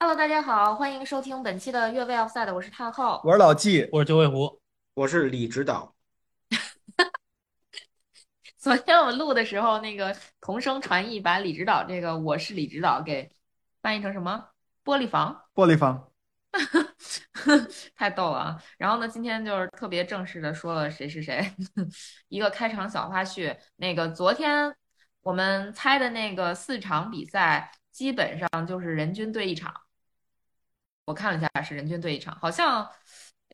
Hello，大家好，欢迎收听本期的越位 Offside，我是塔我扣。是老纪，我是九尾狐，我是李指导，昨天我们录的时候，那个同声传译把李指导这个“我是李指导”给翻译成什么？玻璃房，玻璃房。 太逗了啊！然后呢，今天就是特别正式的说了谁是谁， 一个开场小花絮。那个昨天我们猜的那个四场比赛，基本上就是人均对一场。我看了一下，是人均对一场，好像，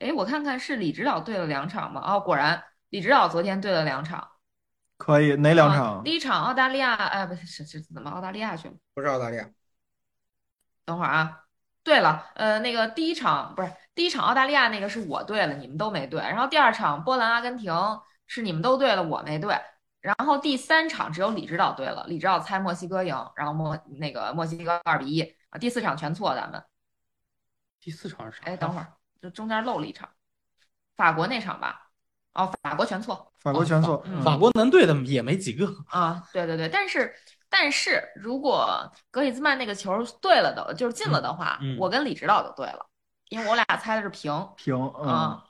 哎，我看看是李指导对了两场吗？哦，果然李指导昨天对了两场。可以，哪两啊，第场？一场澳大利亚，哎，不是是是怎么澳大利亚去了？不是澳大利亚，等会儿啊。对了，呃，那个第一场不是第一场澳大利亚那个是我对了，你们都没对。然后第二场波兰阿根廷是你们都对了，我没对。然后第三场只有李指导对了，李指导猜墨西哥赢，然后墨那个墨西哥二比一啊。第四场全错咱们，第四场是啥哎，呀？等会儿就中间漏了一场，法国那场吧？哦，法国全错，法国哦，全法错。嗯。法国能对的也没几个，啊，对对对，但是但是如果格里兹曼那个球儿对了的，就是进了的话，嗯嗯我跟李指导就对了，因为我俩猜的是平平，嗯，啊，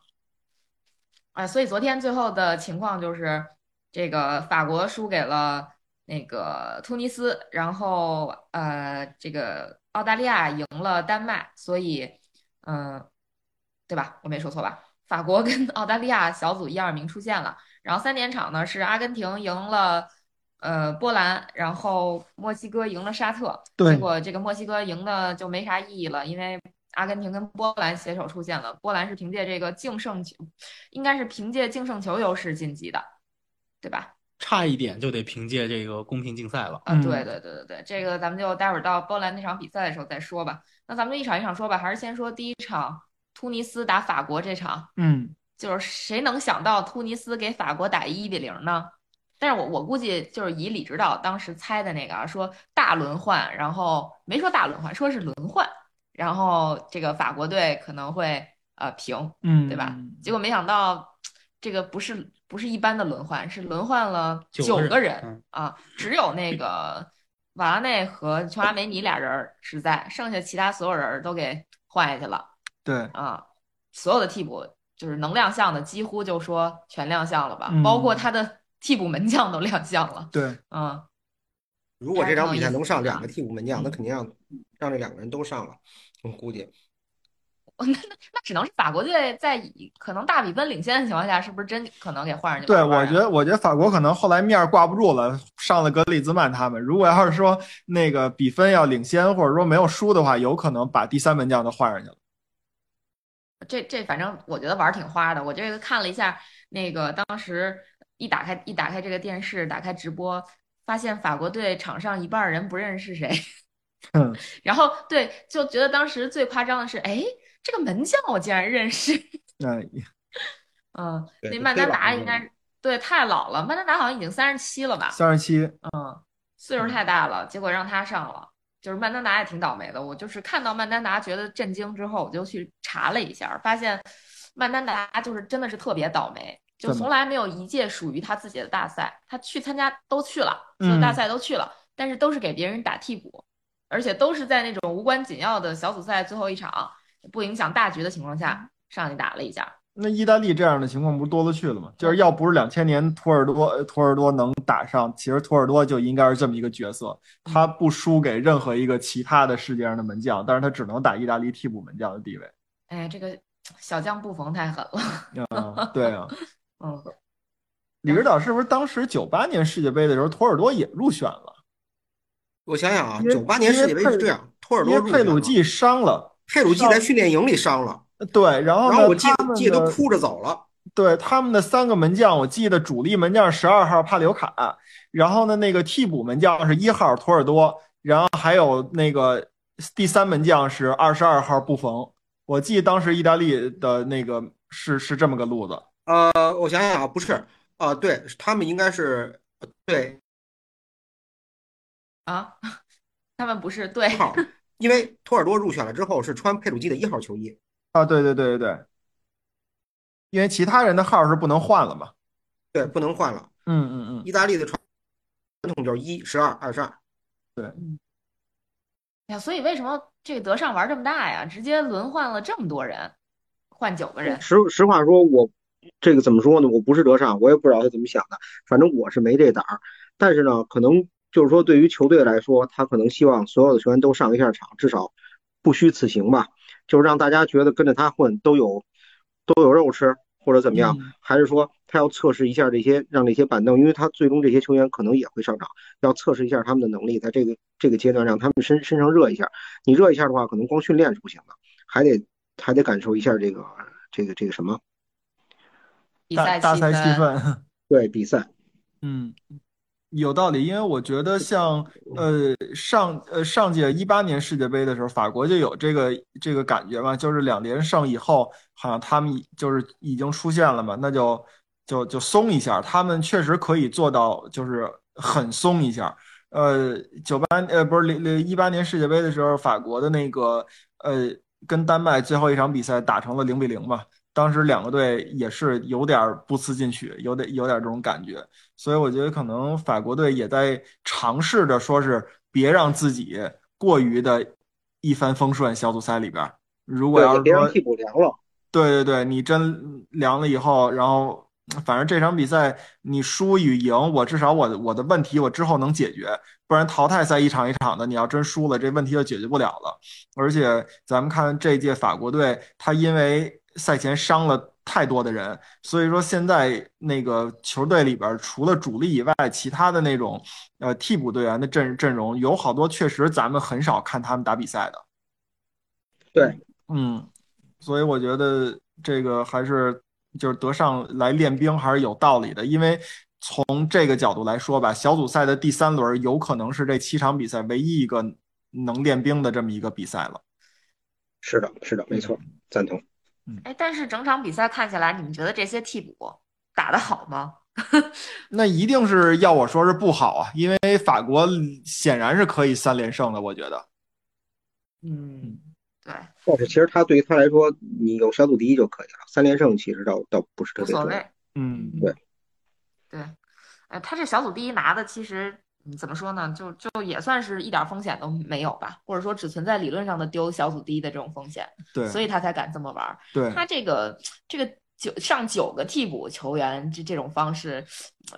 哎，所以昨天最后的情况就是这个法国输给了那个突尼斯，然后呃，这个澳大利亚赢了丹麦，所以嗯、呃对吧？我没说错吧？法国 跟澳大利亚小组一二名出线了，然后三点场呢是阿根廷赢了呃波兰，然后墨西哥赢了沙特，结对，果这个墨西哥赢的就没啥意义了，因为阿根廷跟波兰携手出线了，波兰是凭借这个净胜球，应该是凭借净胜球优势晋级的，对吧？差一点就得凭借这个公平竞赛了。啊，对嗯，对对对对，这个咱们就待会儿到波兰那场比赛的时候再说吧。那咱们就一场一场说吧，还是先说第一场突尼斯打法国这场。嗯，就是谁能想到突尼斯给法国打一比零呢？但是我我估计就是以李指导当时猜的那个啊，说大轮换，然后没说大轮换，说是轮换，然后这个法国队可能会呃平，对吧？嗯，结果没想到这个不是不是一般的轮换，是轮换了九九个个人，人嗯，啊，只有那个瓦拉内和琼阿梅尼俩人儿是在，剩下其他所有人儿都给换下去了。对，啊，所有的替补就是能亮相的，几乎就说全亮相了吧，包括嗯，他的替补门将都亮相了，对，啊，如果这还是挺场有比意赛能思上的两个啊。替补门将，那嗯，肯定让让这两个人都上了，我估计。那那那只能是法国队在以可能大比分领先的情况下，是不是真可能给换上去对，玩玩我觉啊？得，我觉得法国可能后来面儿挂不住了，上了格里兹曼他们。如果要是说那个比分要领先，或者说没有输的话，有可能把第三门将都换上去了。这这反正我觉得玩儿挺花的。我这个看了一下，那个当时一打开一打开这个电视，打开直播，发现法国队场上一半儿人不认识谁。 哼，然后对，就觉得当时最夸张的是，哎，这个门将我竟然认识。啊那嗯，对，那都曼忒丹老达了应该嘛。是对太老了，曼丹达好像已经三十七了吧？三十七，嗯，岁数嗯，太大了，结果让他上了，就是曼丹达也挺倒霉的。我就是看到曼丹达觉得震惊之后，我就去查了一下儿，发现曼丹达就是真的是特别倒霉，就怎从么？来没有一届属于他自己的大赛，他去参加都去了，所有大嗯，赛都去了，但是都是给别人打替补，而且都是在那种无关紧要的小组赛最后一场不影响大局的情况嗯下上去打了一下儿。那意大利这样的情况不是多了去了吗？就是嗯。要不是两千年托尔多，呃托尔多能打上，其实托尔多就应该是这么一个角色，他不输给任何一个其他的世界上的门将，但是他只能打意大利替补门将的地位。哎，这个小将不逢太狠了，嗯，对啊，嗯，李然指后导是不是当时九八年世界杯的时候，托尔多也入选了？我想想啊，因九为八年因世为界杯佩是这样，托尔因多为入佩选鲁了，季伤了，佩鲁季在伤，训练营里伤了，对，然后然后呢，我记他得记们得都的。哭着走了。对，他们的三个门将，我记得主力门将十二号帕留卡，然后呢，那个替补门将是一号托尔多，然后还有那个第三门将是二十二号布冯。我记得当时意大利的那个是是这么个路子，呃，我想想啊，不是，啊，对，他们应该是对啊， 他们不是对，一号，因为托尔多入选了之后是穿佩鲁季的一号球衣。啊，对对对对对，因为其他人的号是不能换了嘛。对，不能换了。嗯嗯嗯，意大利的传统就是一、十二、二十二。对，嗯，呀，所以为什么这个德尚玩这么大呀？直接轮换了这么多人，换九个人。实实话说，我这个怎么说呢？我不是德尚，我也不知道他怎么想的，反正我是没这胆儿。但是呢，可能就是说，对于球队来说，他可能希望所有的球员都上一下场，至少不虚此行吧，就是让大家觉得跟着他混都有都有肉吃，或者怎么样嗯？还是说他要测试一下这些让这些板凳，因为他最终这些球员可能也会上场，要测试一下他们的能力，在这个这个阶段让他们身身上热一下。你热一下的话，可能光训练是不行的，还得还得感受一下这个这个这个什么比大赛大气赛气氛，氛。对比赛。嗯，有道理，因为我觉得像呃上呃上届一八年世界杯的时候，法国就有这个这个感觉嘛，就是两连胜以后，好像他们已就是已经出现了嘛，那就就就松一下，他们确实可以做到，就是很松一下。呃，九八呃不是零零一八年世界杯的时候，法国的那个呃跟丹麦最后一场比赛打成了零比零嘛，当时两个队也是有点儿不思进取，有点有点这种感觉。所以我觉得可能法国队也在尝试着说是别让自己过于的一帆风顺。小组赛里边儿，如果对，要是也别让说替补凉了。对对对，你真凉了以后，然后反正这场比赛你输与赢，我至少我的我的问题我之后能解决，不然淘汰赛一场一场的，你要真输了，这问题就解决不了了。而且咱们看这届法国队，他因为赛前伤了太多的人，所以说现在那个球队里边儿除了主力以外，其他的那种呃替补队员的阵阵容有好多确实咱们很少看他们打比赛的。对，嗯，所以我觉得这个还是就是德尚来练兵还是有道理的，因为从这个角度来说吧，小组赛的第三轮有可能是这七场比赛唯一一个能练兵的这么一个比赛了。是的，是的，没错，赞同。哎，但是整场比赛看下来，你们觉得这些替补打得好吗？那一定是要我说是不好啊，因为法国显然是可以三连胜的，我觉得。嗯，对，但是其实他对于他来说，你有小组第一就可以了，三连胜其实倒倒不是特无别所重要。谓。嗯，对，呃，他这小组第一拿的，其实嗯怎么说呢，就就也算是一点儿风险都没有吧，或者说只存在理论上的丢小组第一的这种风险，对所以他才敢这么玩儿。对，他这个这个九上九个替补球员这这种方式，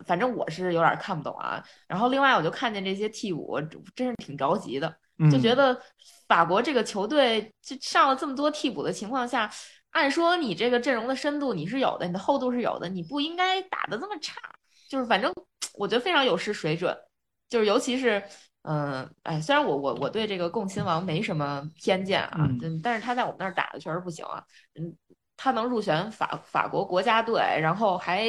反正我是有点儿看不懂啊。然后另外我就看见这些替补真是挺着急的，就觉嗯得法国这个球队就上了这么多替补的情况下，按说你这个阵容的深度你是有的，你的厚度是有的，你不应该打得这么差。就是反正我觉得非常有失水准，就是尤其是。嗯，哎，虽然我我我对这个共亲王没什么偏见啊，嗯但但是他在我们那儿打的确实不行啊。嗯，他能入选法法国国家队，然后还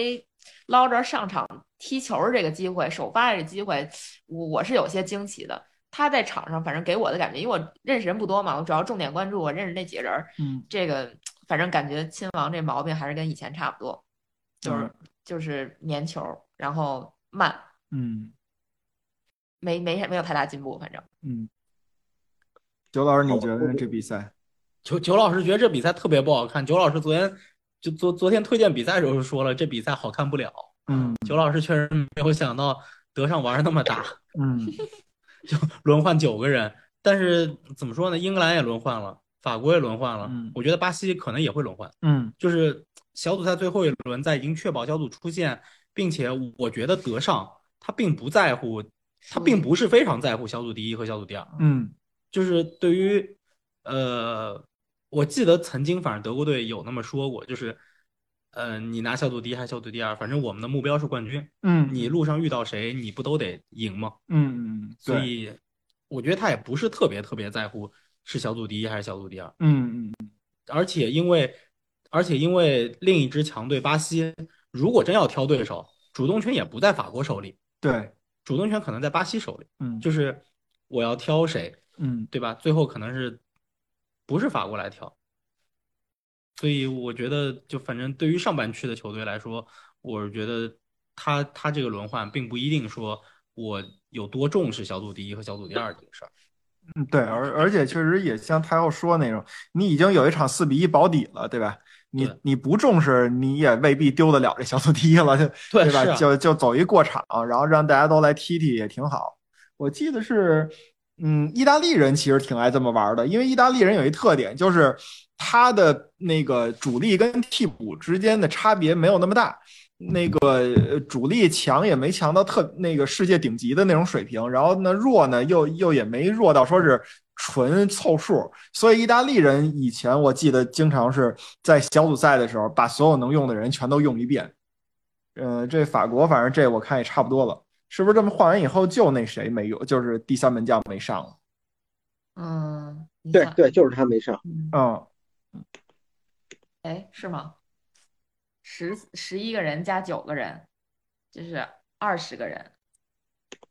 捞着上场踢球儿这个机会，首发这个机会，我我是有些惊奇的。他在场上，反正给我的感觉，因为我认识人不多嘛，我主要重点关注我认识那几个人儿。嗯这个反正感觉亲王这毛病还是跟以前差不多，就是、嗯就是粘球儿，然后慢，嗯没没没有太大进步，反正。嗯。九老师，你好觉得这比赛？九九老师觉得这比赛特别不好看。九老师昨天就昨昨天推荐比赛的时候就说了，这比赛好看不了。嗯九老师确实没有想到德尚玩儿那么大，嗯轮换九个人。但是怎么说呢？英格兰也轮换了，法国也轮换了嗯，我觉得巴西可能也会轮换。嗯就是小组赛最后一轮，在已经确保小组出线，并且我觉得德尚他并不在乎，他并不是非常在乎小组第一和小组第二。嗯就是对于，呃，我记得曾经反正德国队有那么说过，就是，呃，你拿小组第一还是小组第二，反正我们的目标是冠军，嗯，你路上遇到谁，你不都得赢吗？嗯嗯，所对以我觉得他也不是特别特别在乎是小组第一还是小组第二。嗯嗯而且因为，而且因为另一支强队巴西，如果真要挑对手，主动权也不在法国手里，对，主动权可能在巴西手里。嗯就是我要挑谁，嗯对吧？最后可能是不是法国来挑，所以我觉得，就反正对于上半区的球队来说，我是觉得他他这个轮换并不一定说我有多重视小组第一和小组第二这个事儿。嗯对，而而且确实也像太后说那种，你已经有一场四比一保底了，对吧？你对你不重视，你也未必丢得了这小组第一了，就对对吧？是啊就就走一过场，然后让大家都来踢踢也挺好。我记得是嗯，意大利人其实挺爱这么玩的，因为意大利人有一特点，就是他的那个主力跟替补之间的差别没有那么大，那个呃主力强也没强到特那个世界顶级的那种水平，然后呢弱呢又又也没弱到说是纯凑数，所以意大利人以前我记得经常是在小组赛的时候把所有能用的人全都用一遍，呃，这法国反正这我看也差不多了。是不是这么换完以后就那谁没有，就是第三门将没上了？嗯，你对看对，就是他没上。嗯，嗯，哎，是吗？十十一个人加九个人，就是二十个人，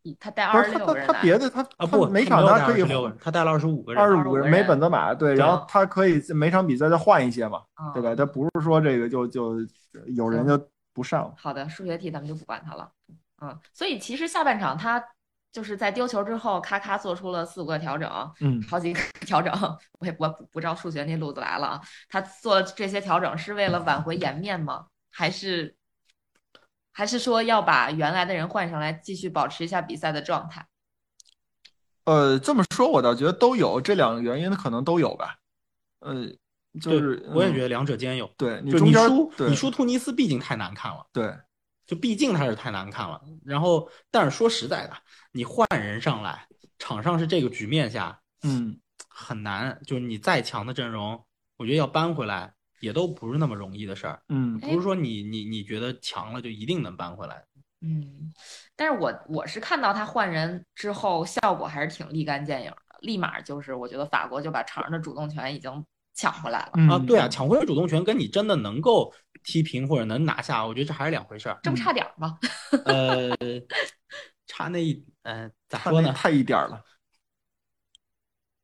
一他带不二是十他六他个人他来，别的他啊他不，每他场没有他带可以26个人，他带了二十五个人，二十25五个个人没人本泽马，对，对然后他可以每场比赛再换一些嘛，啊对吧？他不是说这个就就有人就不上，好的，数学题咱们就不管它了。嗯，所以其实下半场他就是在丢球之后，咔咔做出了四五个调整，嗯好几个 调整。我也我不不照数学那路子来了啊。他做这些调整是为了挽回颜面吗？还是还是说要把原来的人换上来，继续保持一下比赛的状态？呃，这么说我倒觉得都有这两个原因，可能都有吧。呃，就对是嗯我也觉得，得两者兼有。对你就中你间输，对你输突尼斯毕竟太难看了，对就毕竟他是太难看了。然后，但是说实在的，你换人上来，场上是这个局面下嗯很难，就是你再强的阵容，我觉得要扳回来也都不是那么容易的事儿。嗯哎不是说你你你觉得强了就一定能扳回来。嗯，但是我我是看到他换人之后效果还是挺立竿见影的，立马就是我觉得法国就把场上的主动权已经抢回来了。嗯啊，对啊，抢回了主动权跟你真的能够踢平或者能拿下，我觉得这还是两回 事儿。这不差点儿吗？ 呃，差那一呃咋差说那呢？太一点儿了。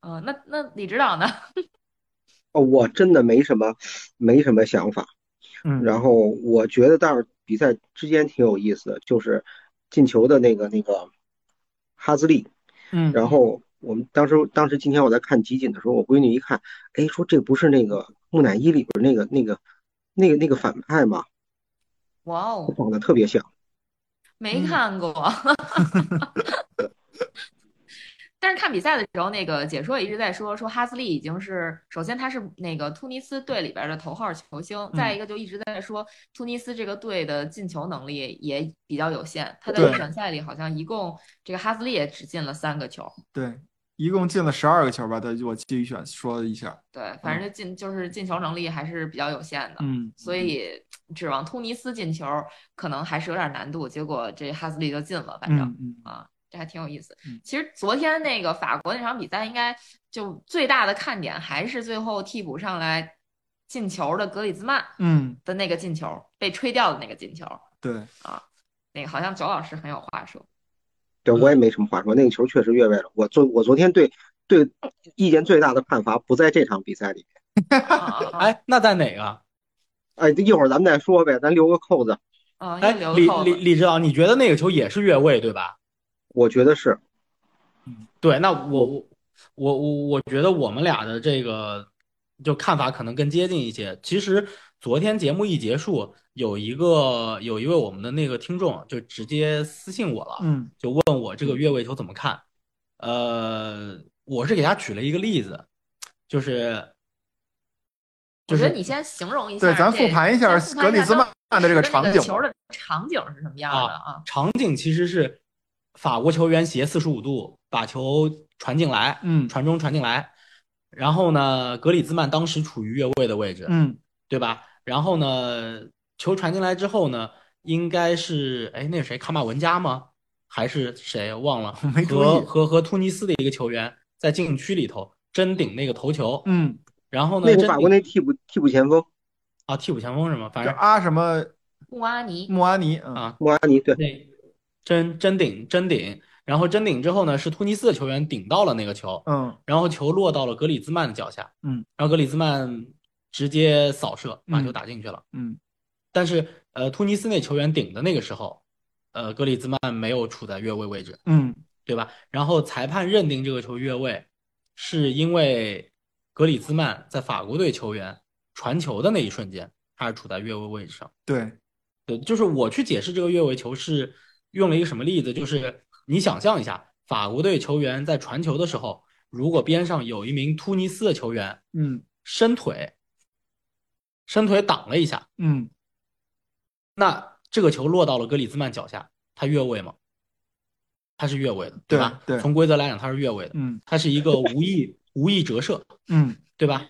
嗯、那那李指导呢？哦，我真的没什么没什么想法。嗯，然后我觉得倒是比赛之间挺有意思的，就是进球的那个那个哈兹利。嗯，然后我们当时当时今天我在看集锦的时候，我闺女一看，哎，说这不是那个木乃伊里边那个那个那个那个反派吗？哇哦，长得特别像。嗯没看过。 但是看比赛的时候，那个解说也一直在说，说哈斯利已经是，首先他是那个突尼斯队里边的头号球星，嗯再一个就一直在说突尼斯这个队的进球能力也比较有限，他在对预选赛里好像一共这个哈斯利也只进了三个球，对，一共进了十二个球吧？对，我记忆选说一下，对，反正就进就是进球能力还是比较有限的，嗯，所以指望突尼斯进球可能还是有点难度，结果这哈斯利就进了，反正。嗯嗯啊，这还挺有意思嗯。其实昨天那个法国那场比赛，应该就最大的看点还是最后替补上来进球的格里兹曼嗯，的那个进球，被吹掉的那个进球，对。哦那个好像九老师很有话说。对，我也没什么话说，那个球确实越位了。我昨我昨天对对意见最大的判罚不在这场比赛里。啊啊啊哎，那在哪个？哎，一会儿咱们再说呗，咱留个扣子。啊，哎又，留李扣李子。李指导，你觉得那个球也是越位对吧？我觉得是，对，那我我我我我觉得我们俩的这个就看法可能更接近一些。其实昨天节目一结束，有一个有一位我们的那个听众就直接私信我了，嗯就问我这个越位球怎么看。呃，我是给他举了一个例子，就是我就觉得是你先形容一下对，这，咱复盘一下先复格盘一里下兹曼的这个当时场那景球的场景是什么样的啊？场景其实是法国球员斜四十五度把球传进来，嗯传中传进来，然后呢，格里兹曼当时处于越位的位置，嗯对吧？然后呢，球传进来之后呢，应该是哎，那是谁？卡马文加吗？还是谁？忘了。没注和意和和突尼斯的一个球员在禁区里头争顶那个头球，嗯，然后呢，那争是法国顶那替补替补前锋啊替补前锋是吗？反叫正阿什么穆阿尼，穆阿尼，嗯啊，穆阿尼，对，那争争顶争顶，然后争顶之后呢，是突尼斯的球员顶到了那个球，嗯然后球落到了格里兹曼的脚下，嗯，然后格里兹曼直接扫射把球打进去了。嗯但是呃，突尼斯那球员顶的那个时候，呃，格里兹曼没有处在越位位置，嗯对吧？然后裁判认定这个球越位，是因为格里兹曼在法国队球员传球的那一瞬间，他是处在越位位置上。对，对，就是我去解释这个越位球是用了一个什么例子，就是你想象一下，法国队球员在传球的时候，如果边上有一名突尼斯的球员嗯伸腿，伸腿挡了一下，嗯，那这个球落到了格里兹曼脚下，他越位吗？他是越位的，对吧？对从规则来讲，他是越位的，嗯他是一 个无意无意折射，嗯对吧？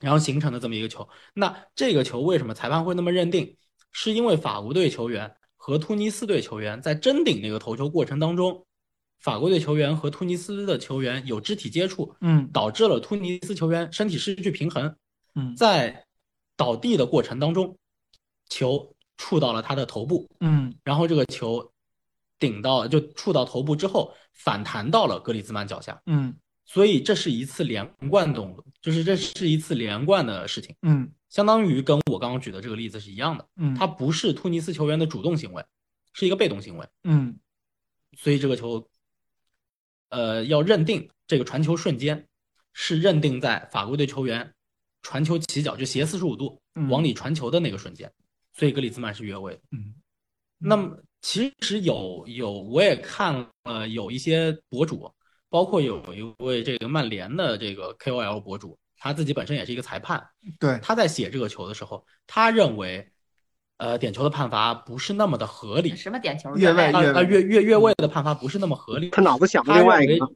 然后形成的这么一个球。那这个球为什么裁判会那么认定？是因为法国队球员和突尼斯队球员在争顶那个头球过程当中，法国队球员和突尼斯的球员有肢体接触，嗯导致了突尼斯球员身体失去平衡，嗯在倒地的过程当中，球触到了他的头部，嗯然后这个球顶到就触到头部之后反弹到了格里兹曼脚下，嗯所以这是一次连贯动作，就是这是一次连贯的事情，嗯相当于跟我刚刚举的这个例子是一样的，嗯，它不是突尼斯球员的主动行为，是一个被动行为，嗯所以这个球，呃，要认定这个传球瞬间是认定在法国队球员传球起脚就斜四十五度嗯往里传球的那个瞬间，所以格里兹曼是越位的。嗯，那么其实有有，我也看了有一些博主，包括有一位这个曼联的这个 KOL 博主，他自己本身也是一个裁判，对， 他在写这个球的时候，他认为，呃，点球的判罚不是那么的合理，什么点球越位啊越啊越越越位的判罚不是那么合理，他脑子想的他另认外一为个呢，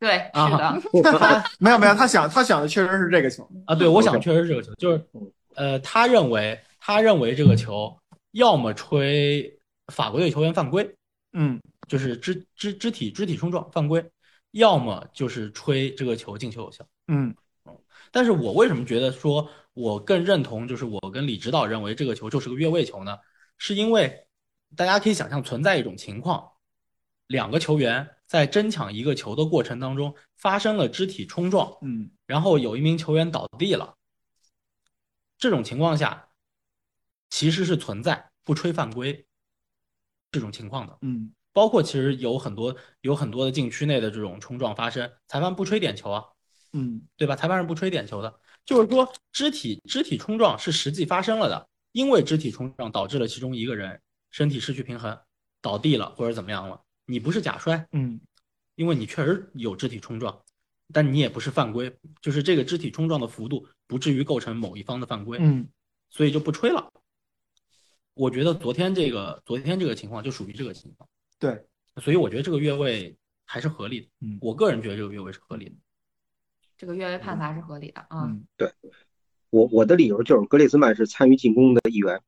对，是的，没有没有，他想他想的确实是这个球，啊，对，我想 OK 确实是这个球，就是，呃，他认为他认为这个球要么吹法国队球员犯规，嗯就是肢肢肢体肢体冲撞犯规，要么就是吹这个球进球有效。嗯但是我为什么觉得说我更认同，就是我跟李指导认为这个球就是个越位球呢？是因为大家可以想象存在一种情况，两个球员在争抢一个球的过程当中发生了肢体冲撞，嗯然后有一名球员倒地了。这种情况下，其实是存在不吹犯规这种情况的。嗯包括其实有很多有很多的禁区内的这种冲撞发生，裁判不吹点球啊，嗯对吧？裁判是不吹点球的，就是说肢体肢体冲撞是实际发生了的，因为肢体冲撞导致了其中一个人身体失去平衡，倒地了或者怎么样了，你不是假摔，嗯因为你确实有肢体冲撞，但你也不是犯规，就是这个肢体冲撞的幅度不至于构成某一方的犯规，嗯所以就不吹了。我觉得昨天这个昨天这个情况就属于这个情况，对，所以我觉得这个越位还是合理的。嗯我个人觉得这个越位是合理的。这个越位判罚是合理的啊。嗯我我的理由就是格里兹曼是参与进攻的一员，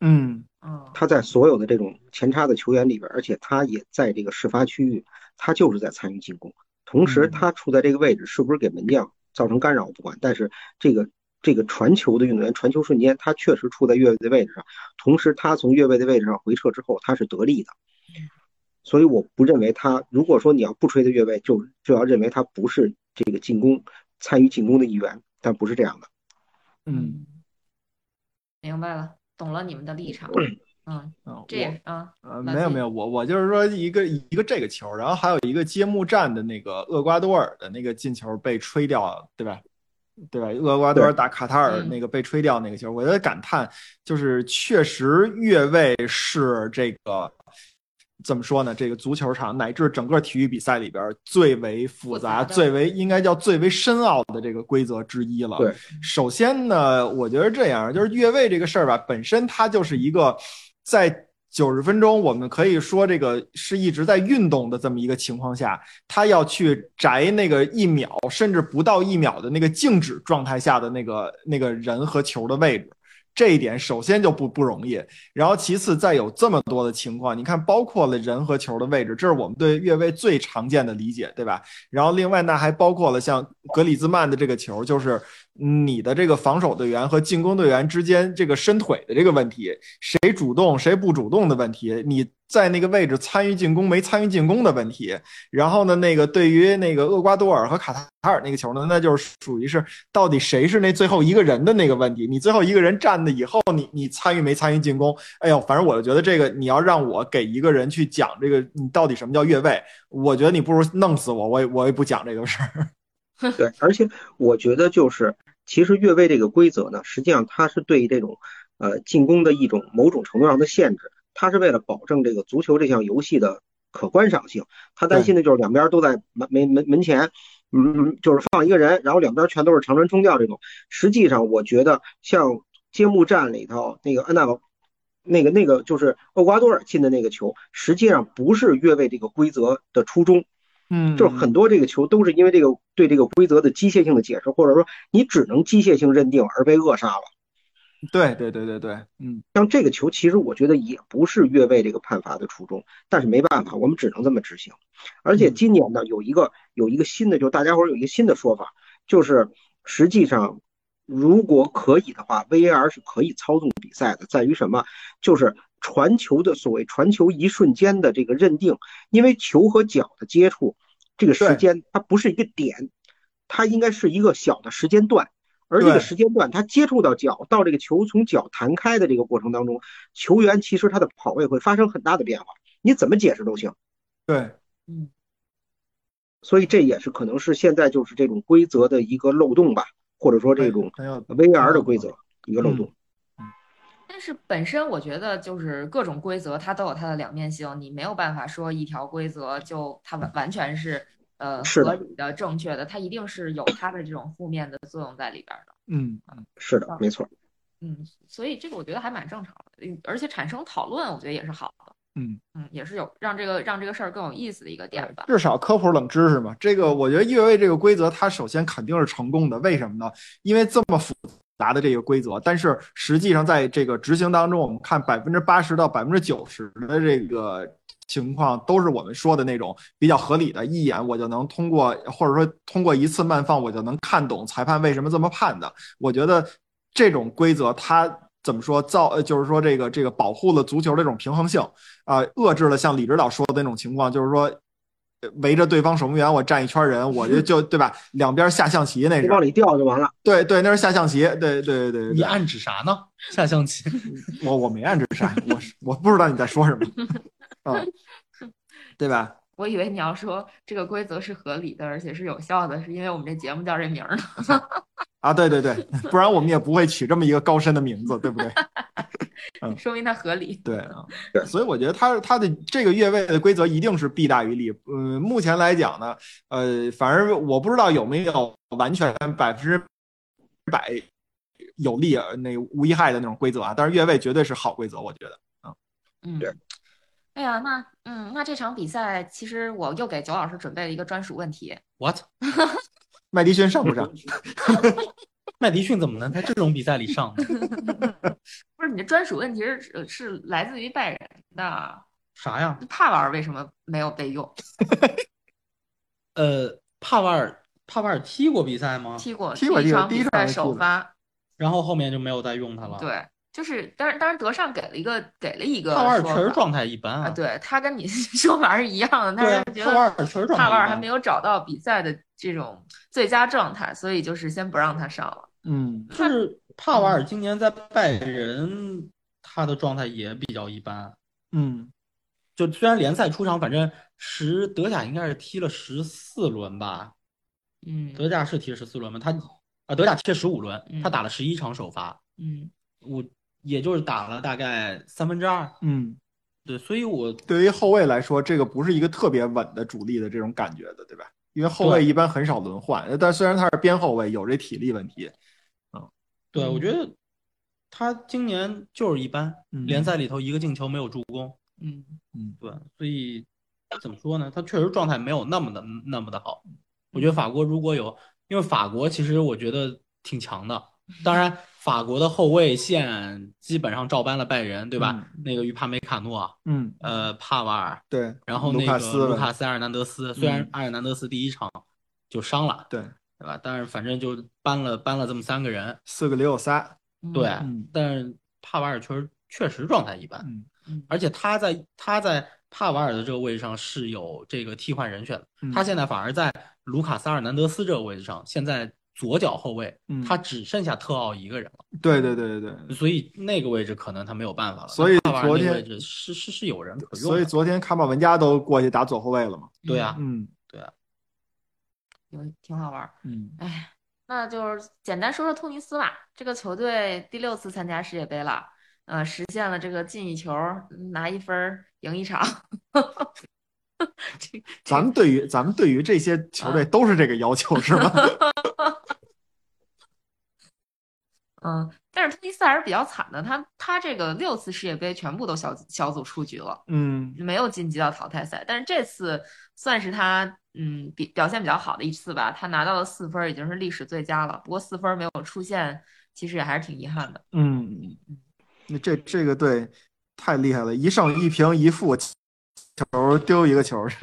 嗯嗯，他在所有的这种前插的球员里边，而且他也在这个事发区域，他就是在参与进攻。同时，嗯他处在这个位置是不是给门将造成干扰我不管，但是这个这个传球的运动员传球瞬间，他确实处在越位的位置上。同时，他从越位的位置上回撤之后，他是得力的。所以，我不认为他，如果说你要不吹他越位，就就要认为他不是这个进攻参与进攻的一员，但不是这样的。嗯，明白了，懂了你们的立场。嗯，啊这也是啊，呃，那没有自没有，我我就是说一个一个这个球，然后还有一个揭幕战的那个厄瓜多尔的那个进球被吹掉了，对吧？对吧？厄瓜多尔打卡塔尔嗯那个被吹掉那个球，我在感叹，就是确实越位是这个怎么说呢？这个足球场乃至整个体育比赛里边最为复杂、复杂的最为应该叫最为深奥的这个规则之一了。对，首先呢，我觉得这样，就是越位这个事儿吧，本身它就是一个在九十分钟，我们可以说这个是一直在运动的这么一个情况下，他要去摘那个一秒甚至不到一秒的那个静止状态下的那个那个人和球的位置。这一点首先就不不容易，然后其次再有这么多的情况，你看包括了人和球的位置，这是我们对越位最常见的理解，对吧？然后另外呢，还包括了像格里兹曼的这个球，就是你的这个防守队员和进攻队员之间这个伸腿的这个问题，谁主动谁不主动的问题，你在那个位置参与进攻没参与进攻的问题。然后呢，那个对于那个厄瓜多尔和卡塔尔那个球呢，那就是属于是到底谁是那最后一个人的那个问题。你最后一个人站的以后，你你参与没参与进攻？哎呦，反正我就觉得这个你要让我给一个人去讲这个你到底什么叫越位，我觉得你不如弄死我，我也我也不讲这个事儿。对，而且我觉得就是，其实越位这个规则呢，实际上它是对这种呃进攻的一种某种程度上的限制，它是为了保证这个足球这项游戏的可观赏性。他担心的就是两边都在门门门门前，嗯，就是放一个人，然后两边全都是长传冲吊这种。实际上，我觉得像揭幕战里头那个安纳那个那个就是厄瓜多尔进的那个球，实际上不是越位这个规则的初衷，嗯，就是很多这个球都是因为这个对这个规则的机械性的解释，或者说你只能机械性认定而被扼杀了。对对对对对，嗯，像这个球，其实我觉得也不是越位这个判罚的初衷，但是没办法，我们只能这么执行。而且今年呢，有一个有一个新的，就大家伙儿有一个新的说法，就是实际上如果可以的话，VAR 是可以操纵比赛的，在于什么？就是传球的所谓传球一瞬间的这个认定，因为球和脚的接触这个时间，它不是一个点，它应该是一个小的时间段。而这对个时间段，他接触到脚，到这个球从脚弹开的这个过程当中，球员其实他的跑位会发生很大的变化，你怎么解释都行。对，所以这也是可能是现在就是这种规则的一个漏洞吧，或者说这种很有 VR 的规则一个漏洞。但是本身我觉得就是各种规则它都有它的两面性，你没有办法说一条规则就它完完全是呃是的合理的、正确的，它一定是有它的这种负面的作用在里边儿的。嗯，是的，没错。嗯，所以这个我觉得还蛮正常的，嗯而且产生讨论，我觉得也是好的。嗯嗯，也是有让这个让这个事儿更有意思的一个点吧。至少科普冷知识嘛。这个我觉得越位这个规则，它首先肯定是成功的，为什么呢？因为这么复杂的这个规则，但是实际上在这个执行当中，我们看百分之八十到百分之九十的这个情况，都是我们说的那种比较合理的，一眼我就能通过，或者说通过一次慢放，我就能看懂裁判为什么这么判的。我觉得这种规则它。怎么说造呃，就是说这个这个保护了足球的这种平衡性，啊、遏制了像李指导说的那种情况，就是说呃围着对方守门员我站一圈人，我就就对吧？两边下象棋那你是，往 里掉就完了。对对，那是下象棋，对对对对你对，暗指啥呢？下象棋，我我没按这啥，我是我不知道你在说什么，嗯，对吧？我以为你要说这个规则是合理的，而且是有效的，是因为我们这节目叫这名儿呢。啊，对对对，不然我们也不会取这么一个高深的名字，对不对？嗯说明它合理。对嗯啊对，所以我觉得它它的这个越位的规则一定是弊大于利。嗯，目前来讲呢，呃，反正我不知道有没有完全百分之百有利呃那无一害的那种规则啊，但是越位绝对是好规则，我觉得。嗯对。哎呀，那嗯，那这场比赛其实我又给九老师准备了一个专属问题。 what？麦迪逊上不上？ 麦迪逊怎么能在这种比赛里上呢？不是你的专属问题是是是来自于拜仁的， 啥呀？帕瓦尔为什么没有被用？呃，帕瓦尔，帕瓦尔踢过比赛吗？踢过踢过第一这个场第一比场赛踢首的发，然后后面就没有再用他了。，对，就是当然当然德尚给了一个给了一个帕瓦尔说确实法状态一般啊，啊。对他跟你 说法是一样的，但对是觉啊，帕瓦得尔确实状态啊帕一瓦尔般。还没有找到比赛的这种最佳状态，所以就是先不让他上了。嗯，就是帕瓦尔今年在拜仁，他的状态也比较一般。嗯，就虽然联赛出场，反正十德甲应该是踢了十四轮吧，嗯德甲是踢了十四轮吗？他啊，德甲踢了十五轮嗯，他打了十一场首发，嗯，我也就是打了大概三分之二。嗯，对，所以我对于后卫来说，这个不是一个特别稳的主力的这种感觉的，对吧？因为后卫对一般很少轮换，但虽然他是边后卫，有这体力问题。对嗯我觉得他今年就是一般，嗯联赛里头一个进球没有助攻。嗯，对，所以怎么说呢？他确实状态没有那么的那么的好。我觉得法国如果有，因为法国其实我觉得挺强的。当然，法国的后卫线基本上照搬了拜仁，对吧？那个于帕梅卡诺，嗯，呃，帕瓦尔，对，然后卢那卡个斯卢了卡斯·阿尔南德斯，虽然嗯阿尔南德斯第一场就伤了，对，对吧？但是反正就搬了搬了这么三个人，四个六仨。嗯对嗯。但是帕瓦尔确实确实状态一般。嗯嗯而且他在他在帕瓦尔的这个位置上是有这个替换人选的，嗯他现在反而在卢卡斯·阿尔南德斯这个位置上，现在左脚后卫嗯他只剩下特奥一个人了，对对对对对，所以那个位置可能他没有办法了。所以但帕瓦昨尔那天个位置是是是有人可用所以的，昨天卡马文加都过去打左后卫了嘛。对啊，嗯有挺好玩儿。嗯哎，那就是简单说说突尼斯吧。这个球队第六次参加世界杯了，嗯呃，实现了这个进一球拿一分儿赢一场。这这咱们对于咱们对于这些球队都是这个要求，是吗？ 嗯，但是突尼斯还是比较惨的，他他这个六次世界杯全部都小小组出局了， 嗯没有晋级到淘汰赛。但是这次算是他嗯比表现比较好的一次吧，他拿到了四分，已经是历史最佳了。不过四分没有出现，其实也还是挺遗憾的。嗯，那这这个队太厉害了，一胜一平一负，球丢一个球，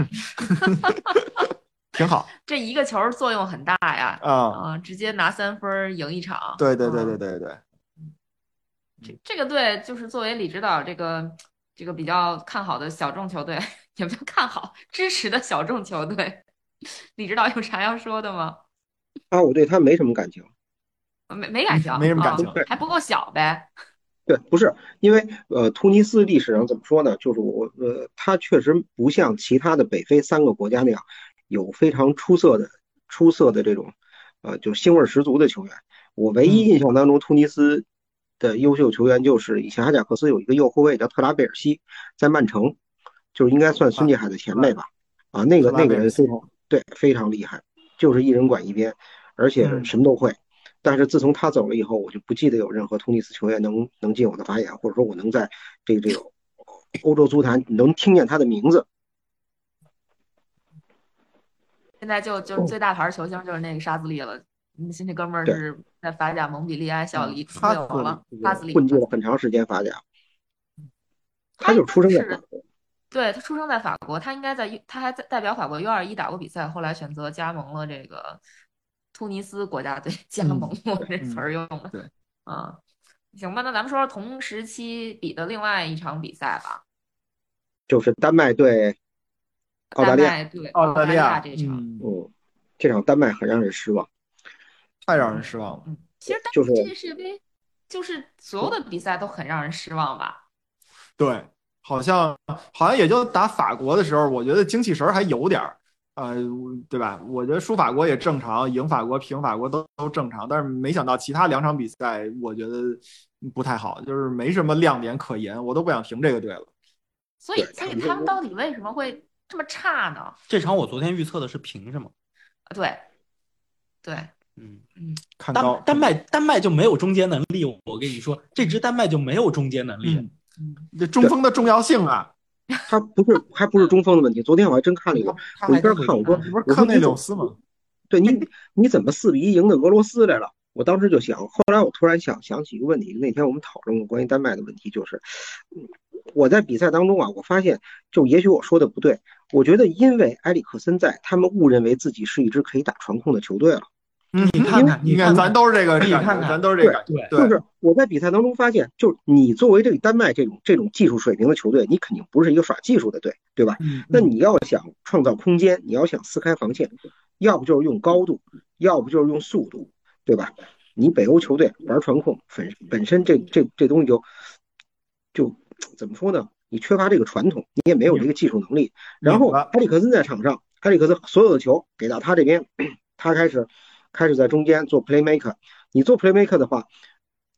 挺好这一个球儿作用很大呀，啊。哦啊、直接拿三分儿赢一场。对对对嗯对对对，这这个队就是作为李指导这个这个比较看好的小众球队， 也不叫看好，支持的小众球队， 李指导有啥要说的吗？啊，我对他没什么感情。没没感情，没什么感情啊还不够小呗。对，不是因为呃，突尼斯历史上怎么说呢？就是我呃，它确实不像其他的北非三个国家那样有非常出色的、出色的这种呃，就腥味儿十足的球员。我唯嗯一印象当中，突尼斯的优秀球员就是以前哈贾克斯有一个右后卫叫特拉贝尔西，在曼城，就是应该算孙继海的前辈吧。啊，那个特拉贝那个尔人西非常对，非常厉害，就是一人管一边，而且嗯什么都会。但是自从他走了以后，我就不记得有任何突尼斯球员能能进我的法眼，或者说我能在这个这个欧洲足坛能听见他的名字。现在就就是最大牌儿球星就是那个沙兹利了，嗯，现在哥们儿哦对是在法甲蒙彼利埃效力，嗯哈兹没利有了，这哈兹个利混迹了很长时间法甲，他就是出生在法国。对他出生在法国，他应该在 U- 他还在代表法国 U 二一打过比赛，后来选择加盟了这个突尼斯国家队， 加盟我这词儿用的，对，啊，行吧，那咱们说说同时期比的另外一场比赛吧，就是丹麦对澳大丹利亚，麦对大澳大利利亚，这场，嗯，嗯，这场丹麦很让人失望。太让人失望了。嗯，其实丹就是这届世界杯就是所有的比赛都很让人失望吧。对，好像好像也就打法国的时候，我觉得精气神儿还有点儿，呃，对吧？我觉得输法国也正常，赢法国、平法国都都正常，但是没想到其他两场比赛，我觉得不太好，就是没什么亮点可言，我都不想评这个队了。所以，对所他以们他们就到底为什么会这么差呢？这场我昨天预测的是平是吗？对，对，嗯，嗯，看高丹丹麦丹麦就没有中间能力，我跟你说，这支丹麦就没有中间能力。嗯，这中锋的重要性啊，他不是还不是中锋的问题。昨天我还真看了一会儿，他我还一边真看我说嗯你不是我说看内你怎柳么斯吗？对你，你怎么四比一赢的俄罗斯来了？我当时就想，后来我突然想想起一个问题，那天我们讨论过关于丹麦的问题，就是，嗯我在比赛当中啊，我发现，就也许我说的不对，我觉得因为埃里克森在，他们误认为自己是一支可以打传控的球队了。嗯，你看看你你看看咱都是这个你感看觉，看咱都是这个感觉，对对，就是我在比赛当中发现，就是你作为这个丹麦这种这种技术水平的球队，你肯定不是一个耍技术的队，对吧？嗯，那你要想创造空间，你要想撕开防线，要不就是用高度，要不就是用速度，对吧？你北欧球队玩传控，本本身这这这东西就就怎么说呢？你缺乏这个传统，你也没有这个技术能力。然后拧巴埃里克森在场上，埃里克森所有的球给到他这边，他开始开始在中间做 playmaker。你做 playmaker 的话，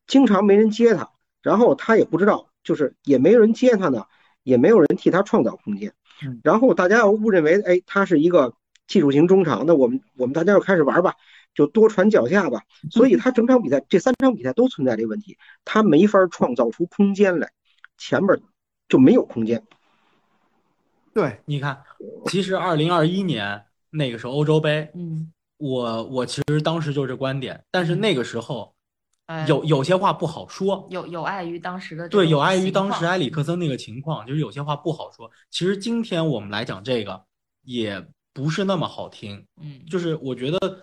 经常没人接他，然后他也不知道，就是也没人接他呢，也没有人替他创造空间嗯。然后大家要误认为，哎，他是一个技术型中场，那我们我们大家就开始玩吧，就多传脚下吧。所以他整场比赛这三场比赛都存在这个问题，他没法创造出空间来，前面就没有空间。对，你看，其实二零二一年那个时候欧洲杯，嗯，我我其实当时就这观点，但是那个时候呃，有有些话不好说，有有碍于当时的这对，种有碍于情当时况嗯埃里克森那个情况，就是有些话不好说。其实今天我们来讲这个，也不是那么好听。嗯，就是我觉得，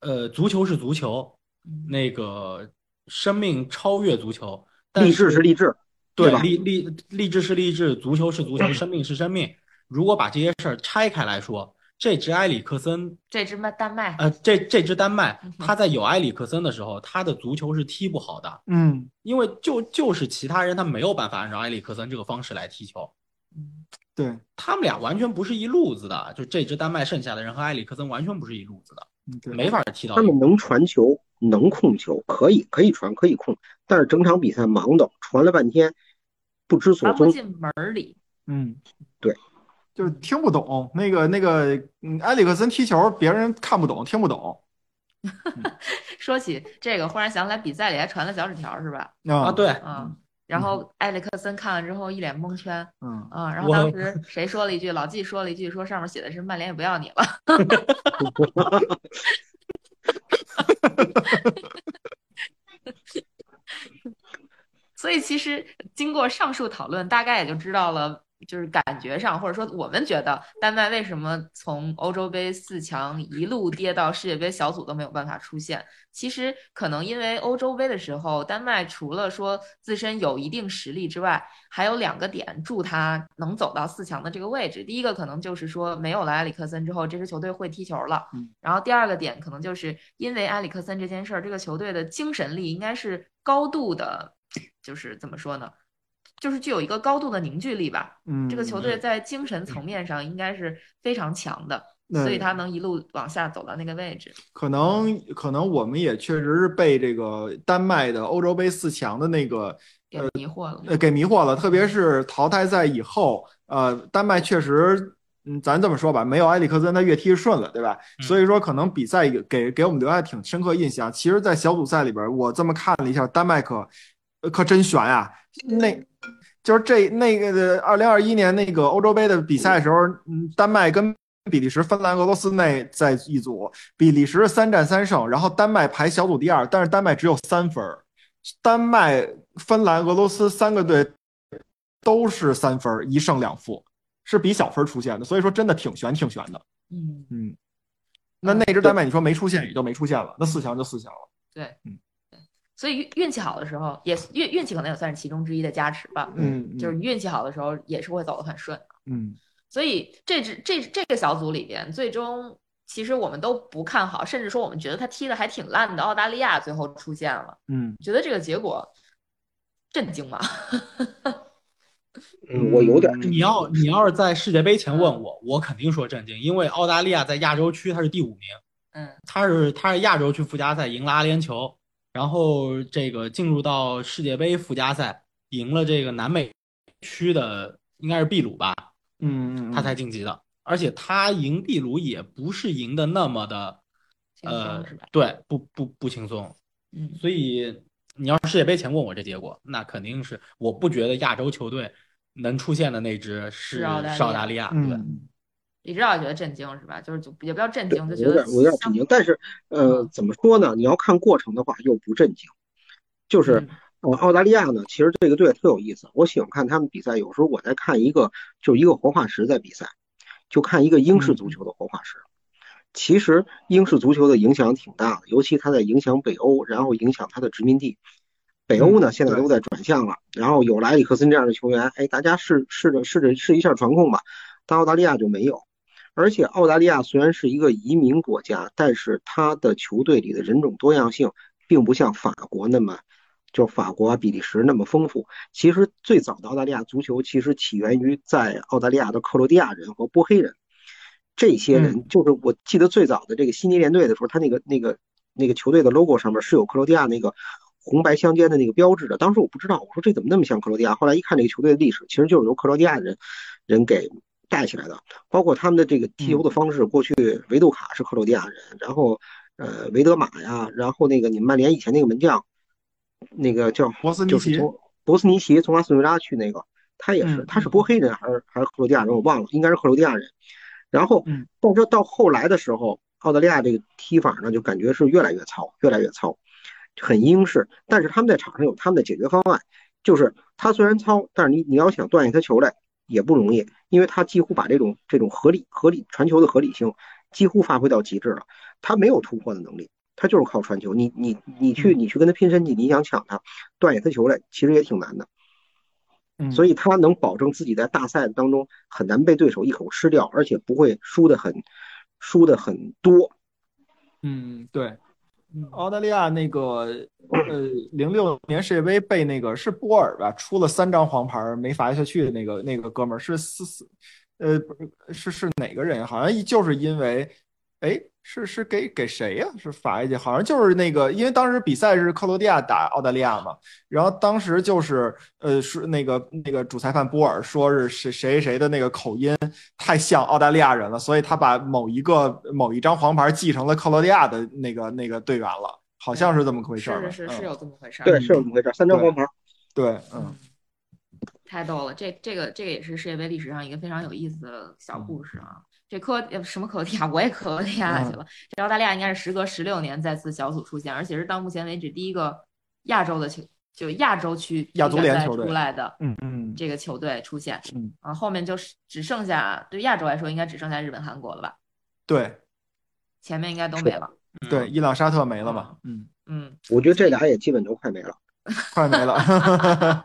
呃，足球是足球，嗯那个生命超越足球，但励志是励志，对吧？励励励志是励志，足球是足 球，生命是生命。如果把这些事儿拆开来说，这支埃里克森，这支麦丹麦，呃，这这支丹麦嗯，哼他在有埃里克森的时候，他的足球是踢不好的。嗯，因为就就是其他人他没有办法按照埃里克森这个方式来踢球，嗯对，他们俩完全不是一路子的。就这支丹麦剩下的人和埃里克森完全不是一路子的，嗯对，没法踢到他一们块。能传球，能控球，可以可以传，可以控，但是整场比赛忙的传了半天，不知所传不踪。进门儿里，嗯，就是听不懂那个那个，嗯，埃里克森踢球，别人看不懂，听不懂说起这个，忽然想起来比赛里还传了小纸条是吧？啊，，对，嗯，然后埃里克森看了之后一脸蒙圈，嗯，嗯，然后我当时谁说了一句，老纪说了一句，说上面写的是曼联也不要你了，所以其实经过上述讨论，大概也就知道了，就是感觉上，或者说我们觉得丹麦为什么从欧洲杯四强一路跌到世界杯小组都没有办法出线。其实可能因为欧洲杯的时候，丹麦除了说自身有一定实力之外，还有两个点助他能走到四强的这个位置。第一个可能就是说没有了埃里克森之后，这支球队会踢球了嗯。然后第二个点可能就是因为埃里克森这件事儿，这个球队的精神力应该是高度的，就是怎么说呢？就是具有一个高度的凝聚力吧。嗯，这个球队在精神层面上应该是非常强的，所以嗯他能一路往下走到那个位置。可能可能我们也确实是被这个丹麦的欧洲杯四强的那个给迷惑了。呃给迷惑了，特别是淘汰赛以后，呃，丹麦确实，嗯，咱这么说吧，没有埃里克森，他越踢越顺了，对吧？嗯所以说，可能比赛也给给我们留下挺深刻印象。其实，在小组赛里边，我这么看了一下，丹麦可呃可真悬啊！那就是这那个二零二一年那个欧洲杯的比赛的时候，嗯，丹麦跟比利时、芬兰、俄罗斯那在一组，比利时三战三胜，然后丹麦排小组第二，但是丹麦只有三分儿。丹麦、芬兰、俄罗斯三个队都是三分儿，一胜两负，是比小分儿出现的，所以说真的挺悬，挺悬的。嗯，嗯，那那支丹麦你说没出现也就没出现了，那四强就四强了。对，嗯对，所以运运气好的时候，也运运气可能也算是其中之一的加持吧。嗯，就是运气好的时候，也是会走得很顺。嗯所以这支这这个小组里边，最终其实我们都不看好，甚至说我们觉得他踢的还挺烂的。澳大利亚最后出现了，嗯觉得这个结果震惊 吧？嗯，我有点儿你要你要是在世界杯前问我，我肯定说震惊，因为澳大利亚在亚洲区它是第五名，嗯它是它是亚洲区附加赛赢了阿联酋，然后这个进入到世界杯附加赛赢了这个南美区的应该是秘鲁吧，嗯嗯，他才晋级的，而且他赢秘鲁也不是赢的那么的轻松呃是吧，对，不不不轻松，嗯，所以你要是世界杯前问我这结果，那肯定是我不觉得亚洲球队能出现的那支是是澳大利亚是澳大利亚，对。嗯李指导也觉得震惊是吧？就是就也不叫震惊，就嗯觉有点得我有点震惊，但是呃嗯，怎么说呢？你要看过程的话，又不震惊。就是嗯呃，澳大利亚呢，其实这个队特有意思，我喜欢看他们比赛。有时候我在看一个，就是一个活化石在比赛，就看一个英式足球的活化石。其实英式足球的影响挺大的，尤其它在影响北欧，然后影响它的殖民地。北欧呢，现在都在转向了，然后有莱里克森这样的球员，哎，大家试试着试着试一下传控吧，但澳大利亚就没有。而且澳大利亚虽然是一个移民国家，但是它的球队里的人种多样性并不像法国那么，就法国啊、比利时那么丰富。其实最早的澳大利亚足球其实起源于在澳大利亚的克罗地亚人和波黑人，这些人就是我记得最早的这个悉尼联队的时候，他那个那个那个球队的 logo 上面是有克罗地亚那个红白相间的那个标志的。当时我不知道，我说这怎么那么像克罗地亚？后来一看这个球队的历史，其实就是由克罗地亚人人给带起来的。包括他们的这个踢球嗯的方式，过去维杜卡是克罗地亚人，然后呃维德玛呀，然后那个你们曼联以前那个门将，那个叫波斯尼就是奇从波斯尼奇从阿斯顿维拉去那个，他也是嗯他是波黑人还是还是克罗地亚人我忘了，应该是克罗地亚人。然后嗯但是到后来的时候，澳大利亚这个踢法呢，就感觉是越来越糙，越来越糙，很英式。但是他们在场上有他们的解决方案，就是他虽然糙，但是你你要想断下他球来也不容易，因为他几乎把这种这种合理合理传球的合理性几乎发挥到极致了。他没有突破的能力，他就是靠传球。你你你嗯去你去跟他拼身体，你想抢他断下他球来，其实也挺难的。嗯，所以以他能保证自己在大赛当中很难被对手一口吃掉，而且不会输得很输得很多。嗯对，澳大利亚那个呃零六年世界杯被那个是波尔吧出了三张黄牌儿没罚下去的那个那个哥们儿是四四呃不是是是哪个人？好像就是因为。哎，是是给给谁呀、是法一届，好像就是那个，因为当时比赛是克罗地亚打澳大利亚嘛，然后当时就是呃，是那个那个主裁判波尔说是谁谁谁的那个口音太像澳大利亚人了，所以他把某一个某一张黄牌记成了克罗地亚的那个那个队员了，好像是这么回事儿吧。是是是，是嗯有这么回事儿。对，是怎么回事？三张黄牌，对，嗯，太逗了，这这个这个也是世界杯历史上一个非常有意思的小嗯故事啊。这科呃什么克罗地亚，我也克罗地亚 去了。这澳大利亚应该是时隔十六年再次小组出现，而且是到目前为止第一个亚洲的球，就亚洲区亚足联比赛球队出来的嗯嗯，这个球队出现。嗯，啊，后面就是只剩下对亚洲来说应该只剩下日本、韩国了吧，对前面应该都没了。嗯对，，伊朗沙特没了嘛，嗯，嗯，我觉得这俩也基本就快没了。快没了，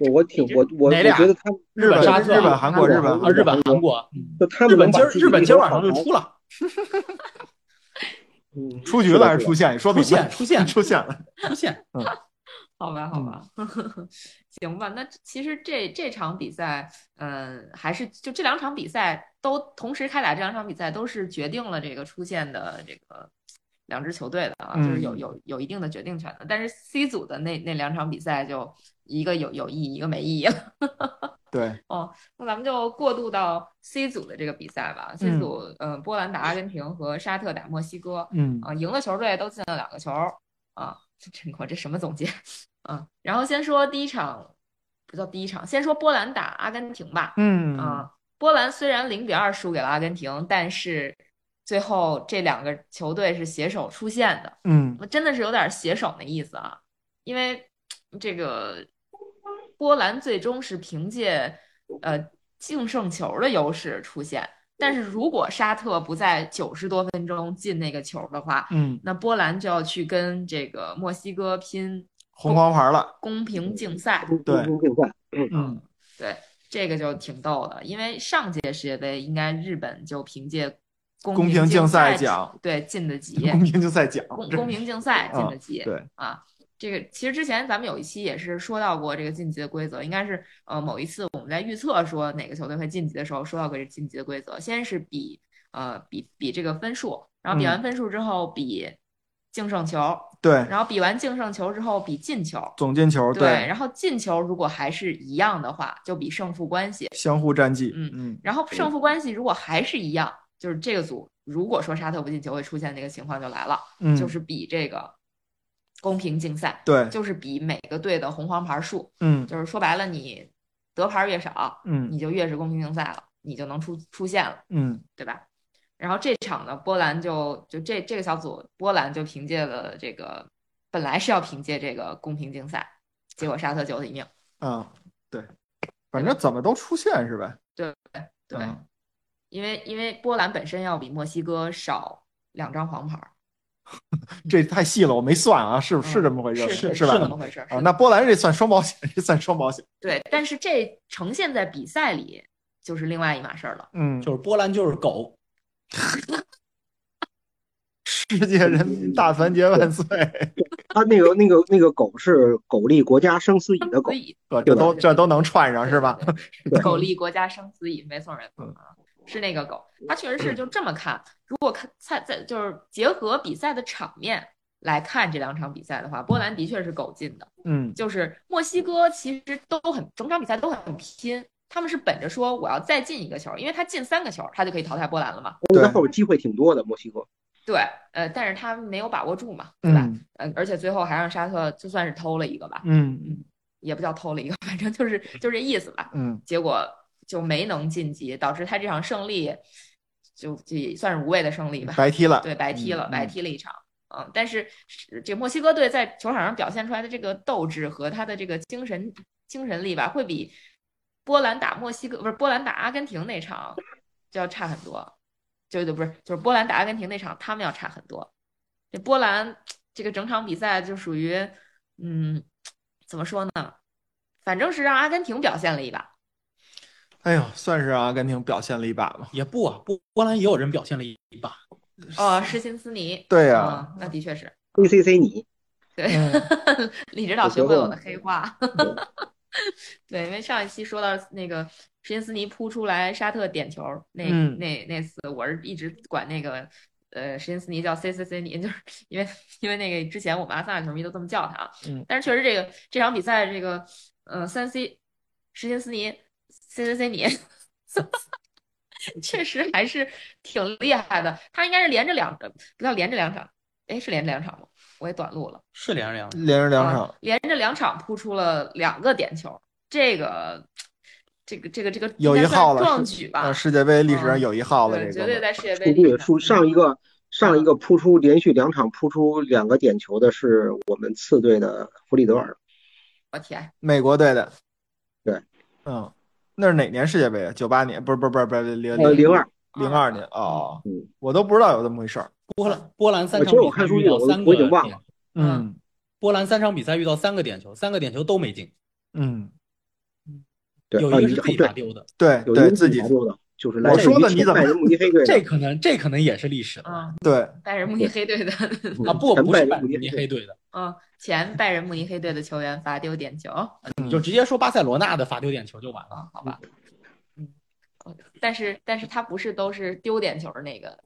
我我挺我我我哪俩觉得他们日本沙特日本韩国日本啊，日本、韩国，就他日们能本今把儿自己日本今儿晚上就搞出了，嗯出局了还是是出线？你说出明白现，出 现，出现了，出现，好吧，嗯好吧， 行吧。那其实这这场比赛，嗯，还是就这两场比赛都同时开打，这两场比赛都是决定了这个出线的这个两支球队的啊，就是有嗯有有一定的决定权的。但是 C 组的那那两场比赛，就一个有有意义，一个没意义。对，哦， 那咱们就过渡到 C 组的这个比赛吧。C 嗯组，嗯、波兰打阿根廷和沙特打墨西哥。嗯啊，赢的球队都进了两个球儿啊，这这我这什么总结啊？然后先说第一场，不叫第一场，先说波兰打阿根廷吧。嗯啊，波兰虽然零比二输给了阿根廷，但是最后这两个球队是携手出线的，嗯我真的是有点携手的意思啊，因为这个波兰最终是凭借呃净胜球的优势出线。但是如果沙特不在九十多分钟进那个球的话，嗯，那波兰就要去跟这个墨西哥拼红黄牌了，公平竞赛，对公平赛，嗯对，这个就挺逗的，因为上届世界杯应该日本就凭借公公平竞竞赛赛奖对进的级，公平竞赛奖，公这公平竞赛进的级，对，啊，这个其实之前咱们有一期也是说到过这个晋级的规则，应该是呃某一次我们在预测说哪个球队会晋级的时候说到过这晋级的规则，先是比呃比比这个分数，然后嗯比完分数之后比净胜球，对，然后比完净胜球之后比进球，总进球，对，，然后进球如果还是一样的话，就比胜负关系，相互战绩，嗯嗯然后胜负关系如果还是一样，就是这个组如果说沙特不进球会出现那个情况就来了。嗯，就是比这个公平竞赛，对，就是比每个队的红黄牌数，嗯就是说白了，你得牌越少，嗯你就越是公平竞赛了，你就能出出现了，嗯对吧？然后这场呢，波兰就就这这个小组，波兰就凭借了这个本来是要凭借这个公平竞赛，结果沙特救了一命，啊，对，反正怎么都出现是呗，对，嗯因为因为波兰本身要比墨西哥少两张黄牌儿，这太细了，我没算啊，是嗯是这么回事，是是是这么吧？回事儿？是啊，那波兰这算双保险， 这算双保险，对，但是这呈现在比赛里就是另外一码事儿了。嗯，就是波兰就是狗，世界人民大团结万岁，他那个那个那个狗是狗立国家生死以的狗所，以呵这都这都能串上是吧？？对对对狗立国家生死以，没错没错嗯啊，是那个狗，它确实是就这么看。如果看在在就是结合比赛的场面来看这两场比赛的话，波兰的确是狗进的，嗯就是墨西哥其实都很整场比赛都很拼。他们是本着说我要再进一个球，因为他进三个球，他就可以淘汰波兰了嘛。我觉得后边机会挺多的。墨西哥对，呃，但是他没有把握住嘛，对吧？嗯呃，而且最后还让沙特就算是偷了一个吧，嗯也不叫偷了一个， 反正就是就这意思吧。嗯结果就没能晋级，导致他这场胜利就就也算是无谓的胜利嗯，吧，白踢了，对，白踢了，嗯白嗯踢了一场。嗯，但是是这墨西哥队在球场上表现出来的这个斗志和他的这个精神精神力吧，会比波兰打墨西哥不是波兰打阿根廷那场就要差很多，就就不是就是波兰打阿根廷那场他们要差很多。这波兰这个整场比赛就属于嗯怎么说呢，反正是让阿根廷表现了一把，哎呦，算是让阿根廷表现了一把吧，也不啊，波波兰也有人表现了一把，哦，施琴斯尼，对啊呀、嗯，那的确是， A C C 你对，嗯李指导学会我的黑话。对，因为上一期说到那个施琴斯尼扑出来沙特点球那嗯那那次，我是一直管那个呃什琴斯尼叫 C C C 尼，就是 因为因为那个之前我们阿森纳球迷都这么叫他啊。嗯但是确实这个这场比赛这个呃三 C 什琴斯尼 C C C 尼。 确实还是挺厉害的，他应该是连着两，不叫连着两场，哎，是连着两场吗？我也短路了。是凉凉，连着两场 啊，连着两场扑出了两个点球，这个，这个，这个，这个有一应该算号了，壮是举吧啊，世界杯历史上嗯有一号了，对，这绝个对在世界杯数历史据上数上一个上一个扑出连续两场扑出两个点球的是我们次队的弗里德尔，我天，美国队的，对，嗯，那是哪年世界杯啊？九八年？不是不是不是不是零呃，哎零二，零二年哦嗯，我都不知道有这么回事儿。波兰波兰三我场记得我比赛看数遇据到我三我已个经忘点了嗯波兰三场比赛遇到三个点球，三个点球都没进，嗯，对，有啊一个你是啊自己对罚，丢的，对有一个对，是自己罚丢的，就是我来自说于的你前怎么拜仁慕尼黑队这的，可能这可能也是历史啊了嗯，对，拜仁慕尼黑队的， 啊！不，前不拜是仁拜慕仁尼慕尼黑队黑队的，嗯，前拜仁慕尼黑队的球员罚丢点球，啊，你就直接说巴塞罗那的罚丢点球就完了。好吧，嗯，哦但是但是他不是都是丢点球的那个，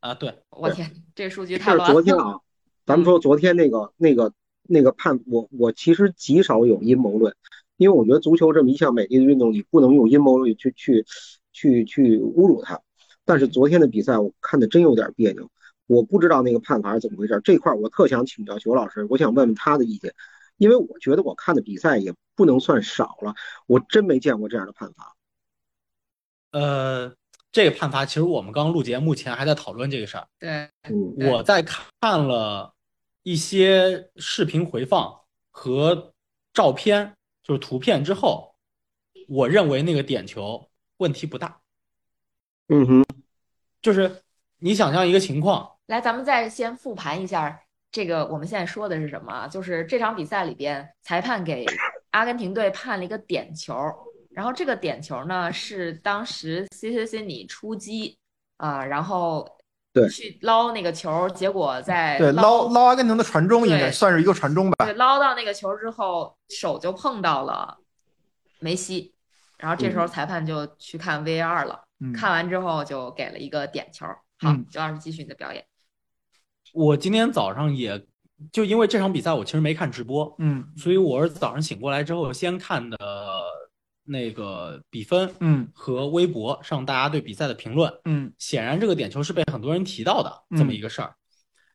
啊，对，我天，这数据这太是乱昨天了，啊，咱们说昨天那个那个那个判，我我其实极少有阴谋论，因为我觉得足球这么一项美丽的运动，你不能用阴谋论去去去去侮辱它。但是昨天的比赛我看的真有点别扭，我不知道那个判罚是怎么回事，这块儿我特想请教裘老师，我想问问他的意见，因为我觉得我看的比赛也不能算少了，我真没见过这样的判罚。呃，这个判罚其实我们刚录节目前还在讨论这个事儿。对，嗯，对我在看了一些视频回放和照片，就是图片之后，我认为那个点球问题不大。嗯哼，就是你想象一个情况，来，咱们再先复盘一下这个我们现在说的是什么啊？就是这场比赛里边，裁判给阿根廷队判了一个点球，然后这个点球呢是当时 C C C 你出击啊、然后对去捞那个球，结果在对捞捞阿根廷的传中应该对算是一个传中吧对，捞到那个球之后，手就碰到了梅西，然后这时候裁判就去看 VAR 了，嗯看完之后就给了一个点球。好嗯，就老师继续你的表演。我今天早上也就因为这场比赛我其实没看直播，嗯所以我是早上醒过来之后先看的那个比分嗯和微博上大家对比赛的评论。嗯显然这个点球是被很多人提到的这么一个事儿，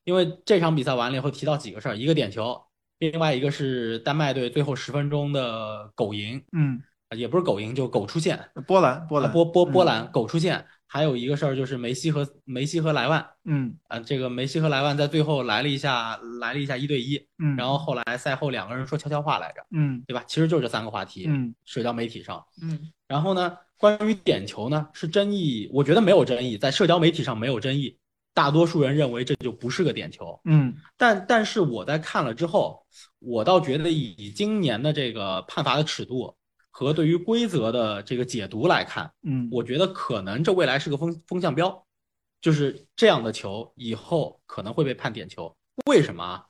因为这场比赛完了以后提到几个事儿，一个点球，另外一个是丹麦队最后十分钟的狗赢，嗯，也不是狗赢，就狗出现，波兰波啊兰波波嗯波兰狗出现，还有一个事儿就是梅西和梅西和莱万，嗯啊，这个梅西和莱万在最后来了一下，来了一下一对一，嗯，然后后来赛后两个人说悄悄话来着，嗯对吧？其实就是这三个话题，嗯社交媒体上。嗯然后呢，关于点球呢，是争议，我觉得没有争议，在社交媒体上没有争议，大多数人认为这就不是个点球。嗯但但是我在看了之后，我倒觉得以今年的这个判罚的尺度和对于规则的这个解读来看，嗯，我觉得可能这未来是个风风向标，就是这样的球以后可能会被判点球。为什么啊？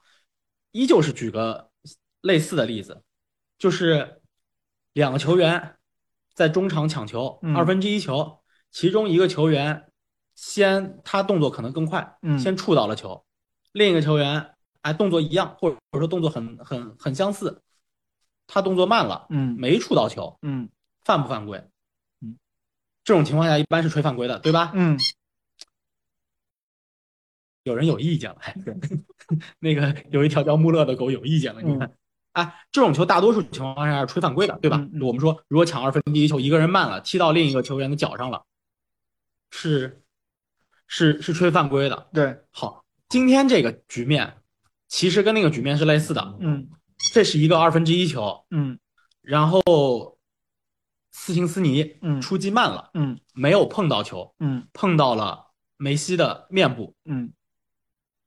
依旧是举个类似的例子，就是两个球员在中场抢球，嗯二分之一球，其中一个球员先他动作可能更快，嗯先触到了球，另一个球员哎动作一样，或者说动作很很很相似，他动作慢了，嗯没触到球，嗯犯不犯规？嗯，这种情况下一般是吹犯规的，对吧？嗯有人有意见了，那个有一条叫穆勒的狗有意见了，嗯你看，哎，这种球大多数情况下是吹犯规的，对吧嗯？嗯我们说，如果抢二分第一球，一个人慢了，踢到另一个球员的脚上了，是是是吹犯规的。对好，今天这个局面其实跟那个局面是类似的，嗯这是一个二分之一球，嗯然后斯琴斯尼嗯出击慢了，嗯没有碰到球，嗯碰到了梅西的面部，嗯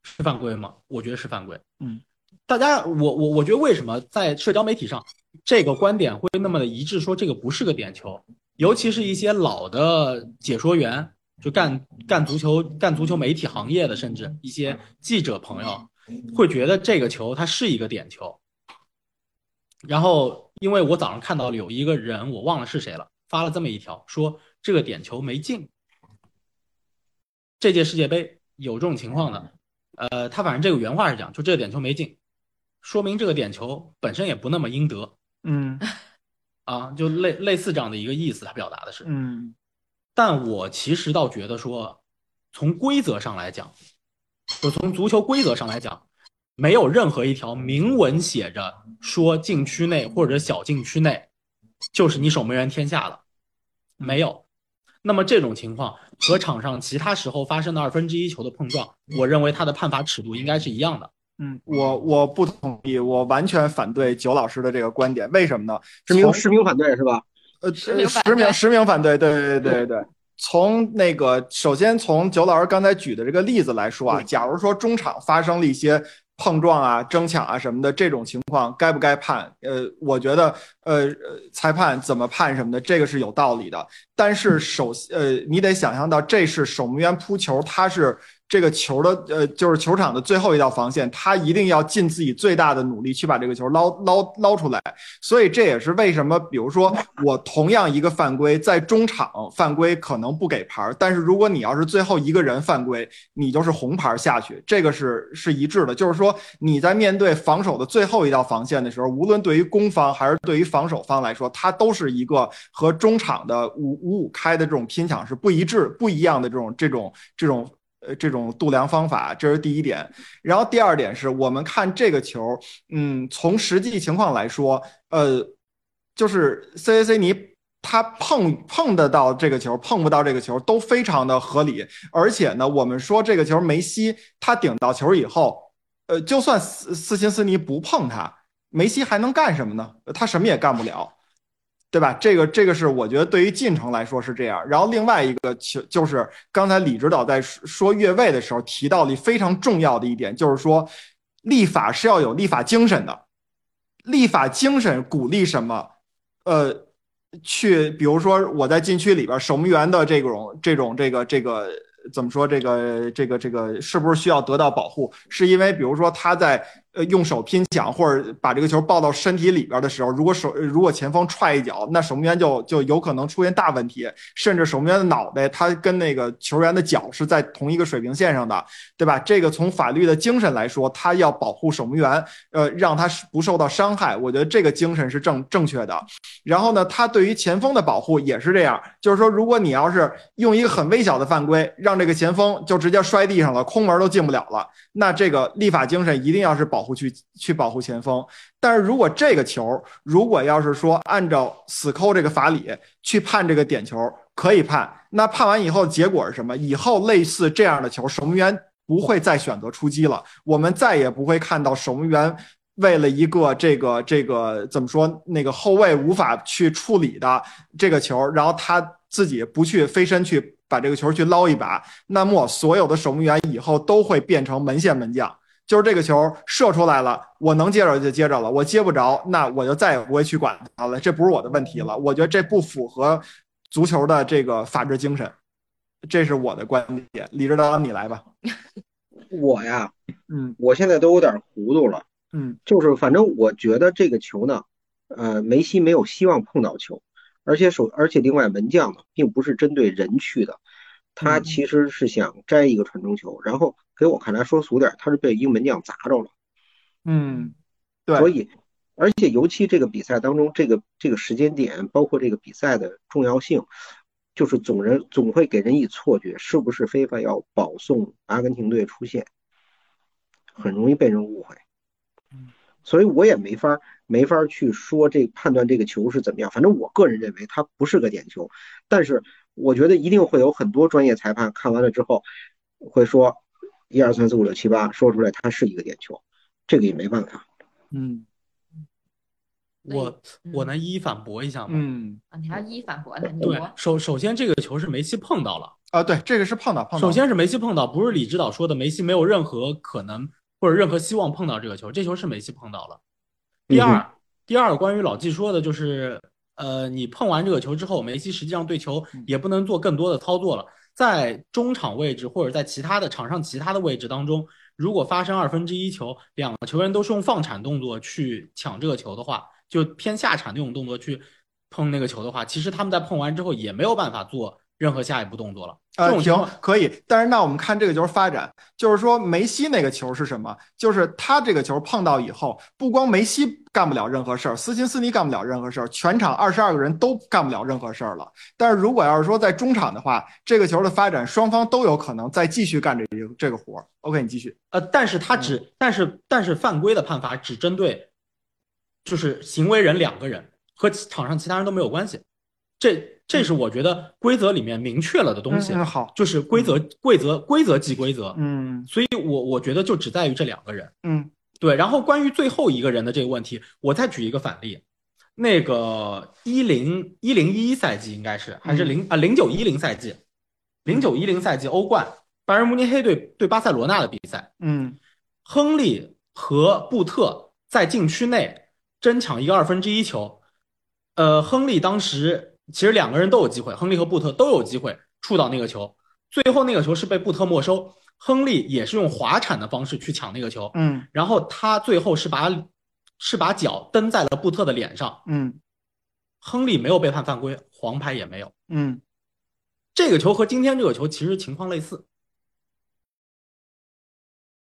是犯规吗？我觉得是犯规。嗯，大家，我我我觉得为什么在社交媒体上这个观点会那么的一致，说这个不是个点球，尤其是一些老的解说员，就干干足球、干足球媒体行业的，甚至一些记者朋友，会觉得这个球它是一个点球。然后，因为我早上看到了有一个人，我忘了是谁了，发了这么一条，说这个点球没进。这届世界杯有这种情况的。呃，他反正这个原话是讲，就这个点球没进，说明这个点球本身也不那么应得 嗯啊，就类类似这样的一个意思，他表达的是。嗯但我其实倒觉得说，从规则上来讲，就从足球规则上来讲，没有任何一条明文写着说禁区内或者小禁区内就是你守门员天下了，没有。那么这种情况和场上其他时候发生的二分之一球的碰撞，我认为它的判罚尺度应该是一样的。嗯，我我不同意，我完全反对九老师的这个观点。为什么呢？实名从实名反对是吧？呃，实呃名反实名对实名反对，对对对对对。从那个，首先从九老师刚才举的这个例子来说嗯啊，假如说中场发生了一些碰撞啊、争抢啊什么的这种情况，该不该判？呃，我觉得，呃，呃裁判怎么判什么的，这个是有道理的。但是嗯首，呃，你得想象到，这是守门员扑球，他是这个球的，呃，就是球场的最后一道防线，他一定要尽自己最大的努力去把这个球捞捞捞出来。所以这也是为什么，比如说我同样一个犯规，在中场犯规可能不给牌儿，但是如果你要是最后一个人犯规，你就是红牌下去，这个是是一致的。就是说你在面对防守的最后一道防线的时候，无论对于攻方还是对于防守方来说，它都是一个和中场的五五五开的这种拼抢是不一致、不一样的这种这种这种。呃，这种度量方法，这是第一点。然后第二点是我们看这个球，嗯，从实际情况来说，呃，就是 CAC 你他碰碰得到这个球，碰不到这个球都非常的合理。而且呢，我们说这个球梅西他顶到球以后，呃，就算斯斯琴斯尼不碰他，梅西还能干什么呢？他什么也干不了。对吧？这个这个是我觉得对于进程来说是这样。然后另外一个球就是刚才李指导在说说越位的时候提到了非常重要的一点，就是说立法是要有立法精神的。立法精神鼓励什么？呃，去比如说我在禁区里边守门员的这种这种这个这个怎么说这个这个这个是不是需要得到保护？是因为比如说他在呃用手拼抢或者把这个球抱到身体里边的时候，如果手呃如果前锋踹一脚，那守门员就就有可能出现大问题，甚至守门员的脑袋他跟那个球员的脚是在同一个水平线上的，对吧？这个从法律的精神来说，他要保护守门员，呃，让他不受到伤害。我觉得这个精神是正正确的。然后呢，他对于前锋的保护也是这样，就是说，如果你要是用一个很微小的犯规，让这个前锋就直接摔地上了，空门都进不了了，那这个立法精神一定要是保护去去保护前锋。但是如果这个球如果要是说按照死抠这个法理去判这个点球，可以判。那判完以后结果是什么？以后类似这样的球，守门员不会再选择出击了，我们再也不会看到守门员为了一个这个这个怎么说那个后卫无法去处理的这个球，然后他自己不去飞身去把这个球去捞一把，那么所有的守门员以后都会变成门线门将。就是这个球射出来了，我能接着就接着了，我接不着，那我就再也不会去管它了，这不是我的问题了。我觉得这不符合足球的这个法治精神，这是我的观点。李指导，你来吧。我呀，嗯我现在都有点糊涂了。嗯就是反正我觉得这个球呢，呃，梅西没有希望碰到球，而且首而且另外门将呢，并不是针对人去的，他嗯其实是想摘一个传中球，然后给我看来说俗点儿，他是被英门将砸着了。嗯，对，所以，而且尤其这个比赛当中，这个这个时间点，包括这个比赛的重要性，就是总人总会给人以错觉，是不是非法要保送阿根廷队出线，很容易被人误会。嗯所以我也没法儿没法儿去说这判断这个球是怎么样，反正我个人认为它不是个点球，但是我觉得一定会有很多专业裁判看完了之后会说一二三四五六七八，说出来它是一个点球，这个也没办法。嗯我嗯我能一一反驳一下吗？嗯啊你还要一一反驳呢？你对我，首首先这个球是梅西碰到了，啊，对，这个是碰到碰到。首，先是梅西碰到，不是李指导说的梅西没有任何可能或者任何希望碰到这个球，这球是梅西碰到了。第嗯二，第二关于老季说的就是，呃，你碰完这个球之后，梅西实际上对球也不能做更多的操作了，在中场位置或者在其他的场上其他的位置当中，如果发生二分之一球，两个球员都是用放铲动作去抢这个球的话，就偏下铲那种动作去碰那个球的话，其实他们在碰完之后也没有办法做任何下一步动作了。呃这，种情停况，可以，但是那我们看这个球发展，就是说梅西那个球是什么？就是他这个球碰到以后，不光梅西干不了任何事儿，斯琴斯尼干不了任何事儿，全场二十二个人都干不了任何事儿了。但是如果要是说在中场的话，这个球的发展，双方都有可能再继续干这个这个活儿。OK，你继续。呃，但是他嗯只，但是但是犯规的判罚只针对，就是行为人两个人，和其场上其他人都没有关系。这这是我觉得规则里面明确了的东西，嗯嗯，嗯好，就是规则规则规则即规则。嗯所以我我觉得就只在于这两个人。嗯对，然后关于最后一个人的这个问题，我再举一个反例，那个一零一零一一赛季应该是还嗯是零啊零九一零赛季，零九一零赛季欧冠，拜仁慕尼黑对对巴塞罗那的比赛，嗯亨利和布特在禁区内争抢一个二分之一球，呃，亨利当时其实两个人都有机会，亨利和布特都有机会触到那个球，最后那个球是被布特没收，亨利也是用滑铲的方式去抢那个球，嗯然后他最后是把是把脚蹬在了布特的脸上，嗯亨利没有被判犯规，黄牌也没有。嗯这个球和今天这个球其实情况类似。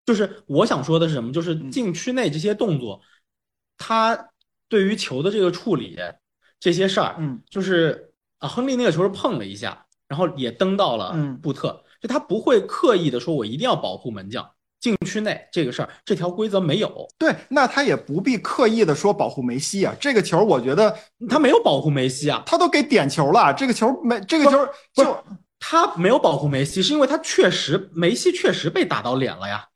就是我想说的是什么？就是禁区内这些动作，他对于球的这个处理这些事儿，嗯就是啊，亨利那个球是碰了一下，然后也蹬到了嗯布特，就他不会刻意的说我一定要保护门将，禁区内这个事儿，这条规则没有。对，那他也不必刻意的说保护梅西啊。这个球，我觉得他没有保护梅西啊，他都给点球了，这个球没，这个球不是就他没有保护梅西，是因为他确实梅西确实被打到脸了呀。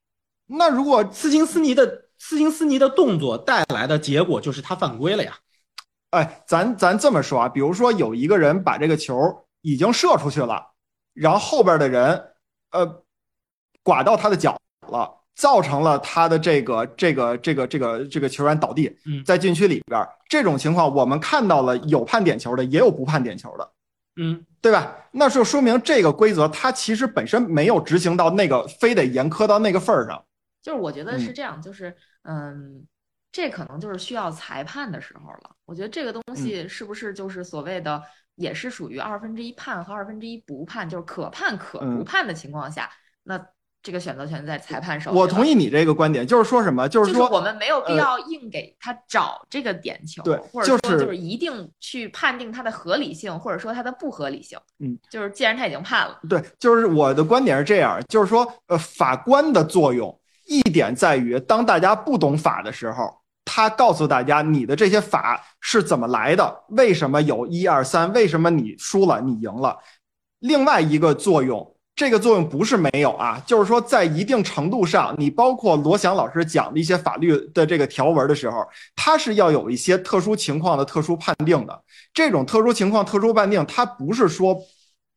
那如果斯金斯尼的斯金斯尼的动作带来的结果就是他犯规了呀。哎，咱咱这么说啊，比如说有一个人把这个球已经射出去了，然后后边的人呃刮到他的脚了，造成了他的这个这个这个这个这个球员倒地嗯，在禁区里边儿这种情况，我们看到了有判点球的，也有不判点球的。嗯，对吧？那就说明这个规则它其实本身没有执行到那个非得严苛到那个份儿上。就是我觉得是嗯这样，就是嗯，这可能就是需要裁判的时候了。我觉得这个东嗯西是不是就是所谓的，也是属于二分之一判和二分之一不判，就是可判可不嗯判的情况下，那这个选择权在裁判手里。我同意，意你这个观点，就是说什么？就就是是说，我们没有必呃要硬给他找这个点球，对或者就说就是是一定去判定它的合理性，或者说它的不合理性。嗯，就是既然他已经判了，对，就是我的观点是这样，就是说，呃，法官的作用一点在于，当大家不懂法的时候，他告诉大家你的这些法是怎么来的，为什么有一二三，为什么你输了，你赢了。另外一个作用，这个作用不是没有啊，就是说在一定程度上，你包括罗翔老师讲的一些法律的这个条文的时候，它是要有一些特殊情况的特殊判定的。这种特殊情况特殊判定，它不是说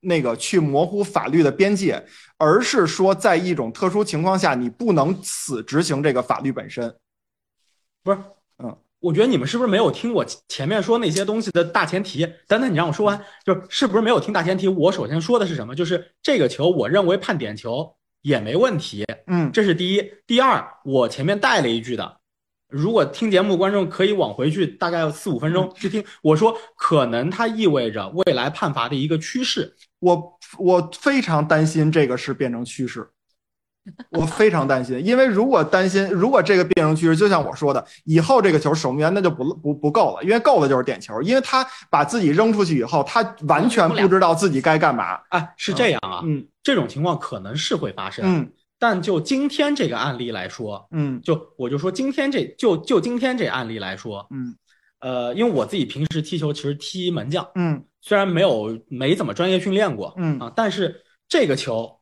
那个去模糊法律的边界，而是说在一种特殊情况下，你不能死执行这个法律本身。不是，嗯，我觉得你们是不是没有听我前前面说那些东西的大前提？等等，你让我说完，就是是不是没有听大前提？我首先说的是什么？就是这个球，我认为判点球也没问题，嗯这是第一。第二，我前面带了一句的，如果听节目的观众可以往回去大概四五分钟去听，我说可能它意味着未来判罚的一个趋势。我我非常担心这个是变成趋势，我非常担心，因为如果担心，如果这个变成趋势，就像我说的，以后这个球守门员那就不不不够了，因为够了就是点球，因为他把自己扔出去以后，他完全不知道自己该干嘛。哎，是这样啊，嗯这种情况可能是会发生。嗯但就今天这个案例来说，嗯就我就说今天这就就今天这案例来说，嗯呃，因为我自己平时踢球其实踢门将，嗯虽然没有没怎么专业训练过，嗯啊，但是这个球，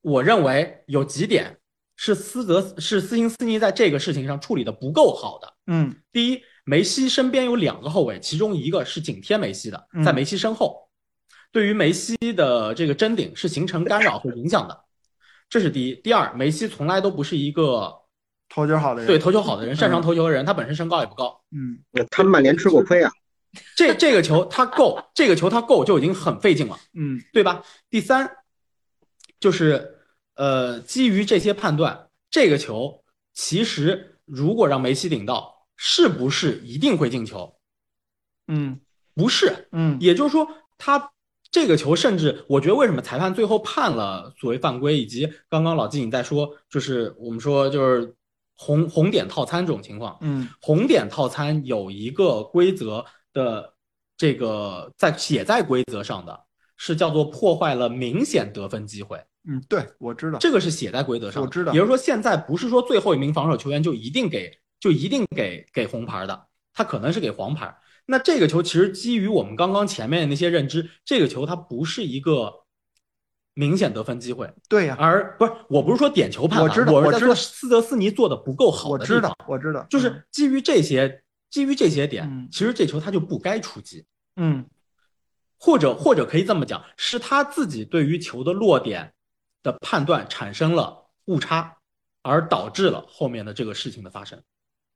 我认为有几点是斯泽是斯琴斯尼在这个事情上处理的不够好的。嗯第一，梅西身边有两个后卫，其中一个是紧贴梅西的嗯，在梅西身后，对于梅西的这个争顶是形成干扰和影响的，这是第一。第二，梅西从来都不是一个头球好的人。对投球好的人，擅长投球的人，他本身身高也不高。嗯嗯他们曼联吃过亏啊，这这个球他够，这个球他够就已经很费劲了，嗯对吧？第三，就是呃，基于这些判断，这个球其实如果让梅西顶到，是不是一定会进球？嗯不是，嗯也就是说，他这个球甚至我觉得为什么裁判最后判了所谓犯规，以及刚刚老季你在说，就是我们说就是红红点套餐这种情况，嗯红点套餐有一个规则的这个在写在规则上的，是叫做破坏了明显得分机会，嗯，对，我知道，这个是写在规则上的。我知道也就是说现在不是说最后一名防守球员就一定给就一定给给红牌的，他可能是给黄牌。那这个球其实基于我们刚刚前面的那些认知，这个球它不是一个明显得分机会，对呀、而不是我不是说点球判啊我罚知道我是我在知说道斯德斯尼做的不够好我的知地道方，，我知道，就是基于这些基于这些点嗯，其实这球他就不该出击。嗯或者或者可以这么讲，是他自己对于球的落点的判断产生了误差，而导致了后面的这个事情的发生。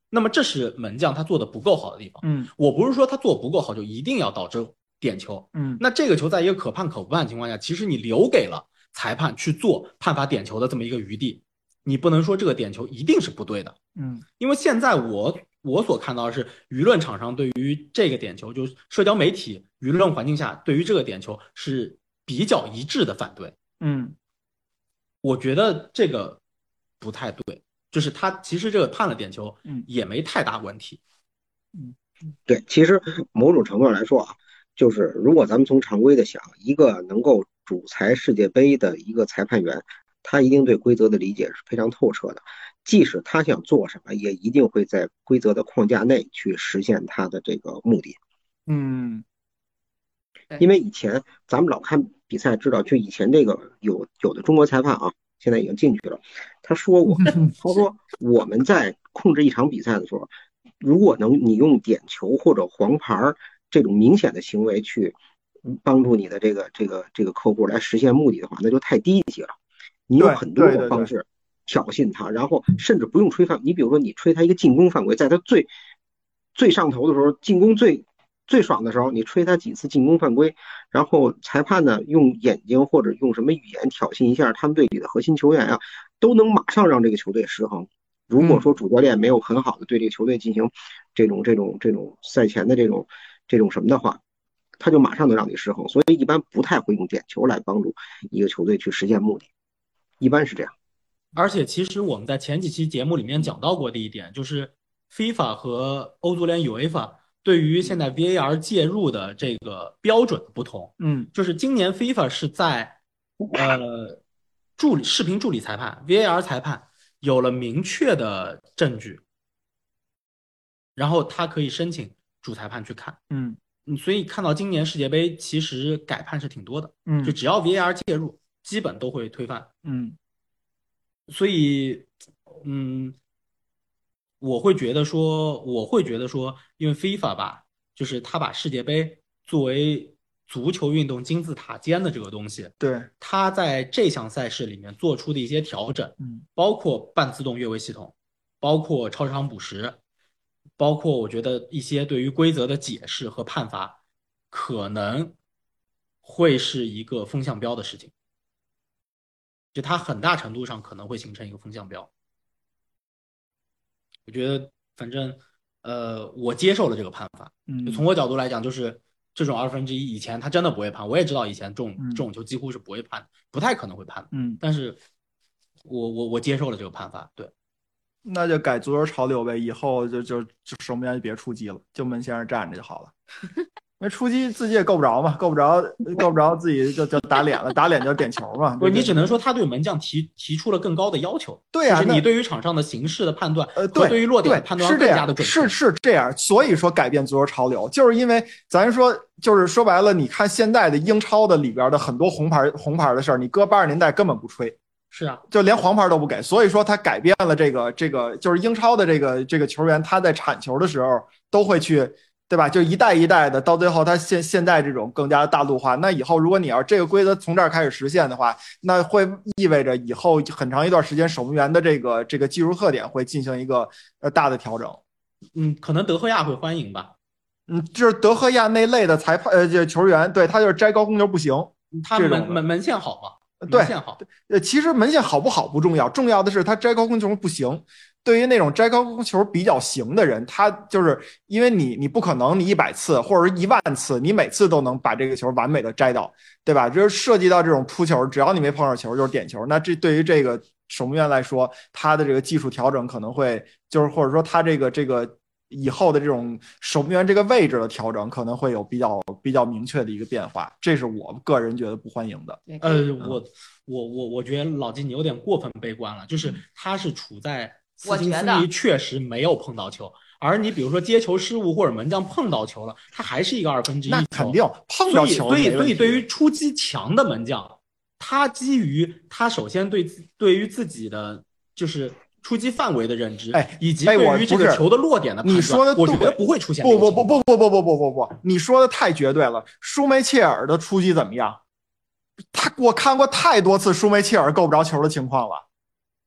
那么这是门将他做的不够好的地方。嗯我不是说他做得不够好就一定要导致点球。嗯那这个球在一个可判可不判的情况下，其实你留给了裁判去做判罚点球的这么一个余地，你不能说这个点球一定是不对的。嗯因为现在我我所看到的是，舆论场上对于这个点球，就是社交媒体舆论环境下对于这个点球是比较一致的反对。嗯我觉得这个不太对，就是他其实这个判了点球嗯也没太大问题。对，其实某种程度上来说啊，就是如果咱们从常规的想，一个能够主裁世界杯的一个裁判员，他一定对规则的理解是非常透彻的，即使他想做什么，也一定会在规则的框架内去实现他的这个目的。嗯因为以前咱们老看比赛，知道就以前这个有有的中国裁判啊，现在已经进去了，他说过，嗯他说我们在控制一场比赛的时候，如果能你用点球或者黄牌儿这种明显的行为去帮助你的这个这个这个客户来实现目的的话，那就太低级了。你有对很多对种对方对式挑衅他，然后甚至不用吹犯，你比如说你吹他一个进攻犯规，在他最最上头的时候，进攻最最爽的时候，你吹他几次进攻犯规，然后裁判呢用眼睛或者用什么语言挑衅一下他们队里的核心球员啊，都能马上让这个球队失衡。如果说主教练没有很好的对这个球队进行这种这种这种赛前的这种这种什么的话，他就马上能让你失衡。所以一般不太会用点球来帮助一个球队去实现目的，一般是这样。而且其实我们在前几期节目里面讲到过的一点，就是 FIFA 和欧足联 UEFA 对于现在 VAR 介入的这个标准的不同。嗯就是今年 FIFA 是在呃助理视频助理裁判 VAR 裁判有了明确的证据，然后他可以申请主裁判去看。嗯嗯，所以看到今年世界杯其实改判是挺多的，嗯就只要 VAR 介入，基本都会推翻。嗯所以，嗯，我会觉得说，我会觉得说，因为 FIFA 吧，就是他把世界杯作为足球运动金字塔尖的这个东西，对，他在这项赛事里面做出的一些调整，嗯包括半自动越位系统，包括超时长补时，包括我觉得一些对于规则的解释和判罚，可能会是一个风向标的事情，就它很大程度上可能会形成一个风向标。我觉得，反正呃，我接受了这个判罚。嗯，就从我角度来讲，就是这种二分之一以前他真的不会判，我也知道以前这种嗯这种球几乎是不会判的，不太可能会判的。嗯，但是我我我接受了这个判罚，对，那就改足球潮流呗，以后就就就守门员就别出击了，就门先生站着就好 了。那出击自己也够不着嘛，够不着，够不着自己就就打脸了，打脸就是点球嘛。不是对你只能说他对门将提提出了更高的要求，对呀就是你那对于场上的形势的判断呃，和对，对于落点的对判断是更这加的样，准是确。是这样，所以说改变足球潮流，就是因为咱说，就是说白了，你看现在的英超的里边的很多红牌红牌的事儿，你搁八十年代根本不吹，是啊，就连黄牌都不给，所以说他改变了这个这个，就是英超的这个这个球员，他在铲球的时候都会去，对吧？就一代一代的，到最后他现现在这种更加大陆化。那以后如果你要这个规则从这儿开始实现的话，那会意味着以后很长一段时间守门员的这个这个技术特点会进行一个呃大的调整。嗯，可能德赫亚会欢迎吧，嗯，就是德赫亚那类的裁判呃这球员，对他就是摘高空球不行。嗯他这种门的门门线好嘛，门对线好，呃，其实门线好不好不重要，重要的是他摘高空球不行。对于那种摘高空球比较行的人，他就是因为你你不可能你一百次或者是一万次，你每次都能把这个球完美的摘到，对吧？就是涉及到这种扑球，只要你没碰上球就是点球。那这对于这个守门员来说，他的这个技术调整可能会就是或者说他这个这个以后的这种守门员这个位置的调整可能会有比较比较明确的一个变化，这是我个人觉得不欢迎的。对，可以嗯呃，我我我我觉得老金你有点过分悲观了，就是嗯他是处在斯我金觉斯得尼确实没有碰到球，而你比如说接球失误或者门将碰到球了，他还是一个二分之一那球肯定碰到球所以所以没所问以题对于出击强的门将，他基于他首先对自对于自己的就是出击范围的认知，哎以及哎我对于这不个是球的落点的判断，你说的我觉对得不会出现这不个不情况不不不不不不不不，你说的太绝对了。舒梅切尔的出击怎么样？他我看过太多次舒梅切尔够不着球的情况了。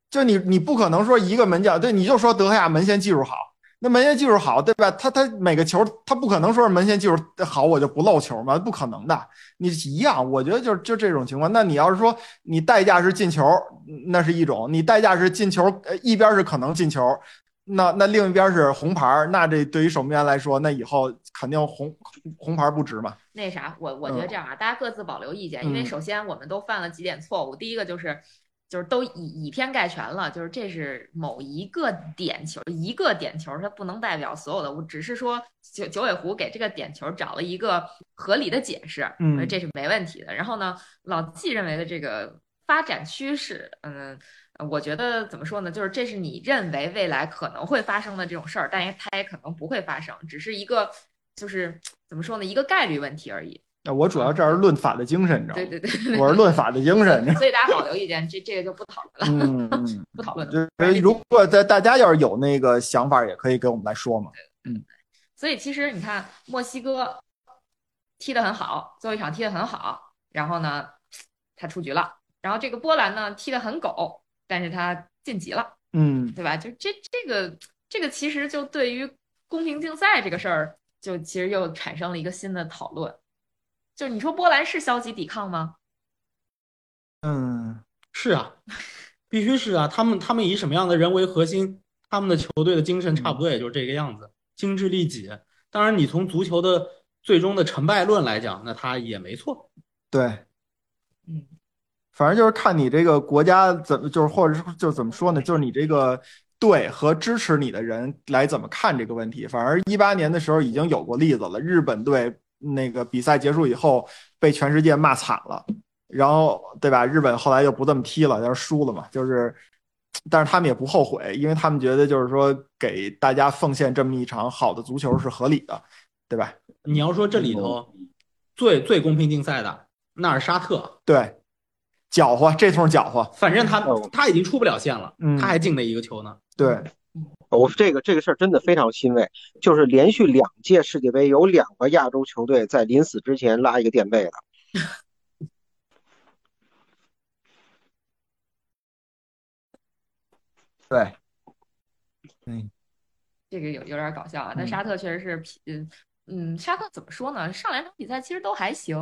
就你你不可能说一个门将，对，你就说德赫亚门线技术好，那门线技术好，对吧？他他每个球他不可能说是门线技术好我就不漏球嘛，不可能的。你一样，我觉得就就这种情况。那你要是说你代价是进球，那是一种；你代价是进球，呃，一边是可能进球，那那另一边是红牌儿，那这对于守门员来说，那以后肯定红红牌儿不值嘛。那啥，我我觉得嗯这样啊，大家各自保留意见，因为嗯首先我们都犯了几点错误。第一个就是，就是都以以偏概全了，就是这是某一个点球，一个点球它不能代表所有的，我只是说九九尾狐给这个点球找了一个合理的解释，嗯我觉得这是没问题的。然后呢，老纪认为的这个发展趋势，嗯。呃我觉得怎么说呢？就是这是你认为未来可能会发生的这种事儿，但也它也可能不会发生，只是一个就是怎么说呢，一个概率问题而已。那我主要这儿是论法的精神，你知道对吗？对对 对， 我是论法的精神，你知道吗所以大家保留意见，这这个就不讨论了， 嗯，嗯不讨论了。嗯就是 如果在大家要是有那个想法，也可以给我们来说嘛。所以其实你看，墨西哥踢得很好，最后一场踢得很好，然后呢，他出局了。然后这个波兰呢，踢得很狗，但是他晋级了。嗯，对吧？就这这个这个其实就对于公平竞赛这个事儿，就其实又产生了一个新的讨论。就是你说波兰是消极抵抗吗？嗯，是啊，必须是啊。他们他们以什么样的人为核心，他们的球队的精神差不多也就是这个样子，精致利己。当然，你从足球的最终的成败论来讲，那他也没错。对，嗯，反正就是看你这个国家怎么，就是或者是就怎么说呢，就是你这个队和支持你的人来怎么看这个问题。反而一八年的时候已经有过例子了，日本队那个比赛结束以后被全世界骂惨了，然后对吧？日本后来就不这么踢了，但是输了嘛，就是。但是他们也不后悔，因为他们觉得就是说给大家奉献这么一场好的足球是合理的，对吧？你要说这里头最最公平竞赛的，那是沙特，对，搅和这通搅和，反正他哦他已经出不了线了嗯，他还进了一个球呢。对，我这个这个事儿真的非常欣慰，就是连续两届世界杯有两个亚洲球队在临死之前拉一个垫背的。对，嗯，这个有有点搞笑啊。但嗯沙特确实是皮，嗯嗯，沙特怎么说呢？上两场比赛其实都还行，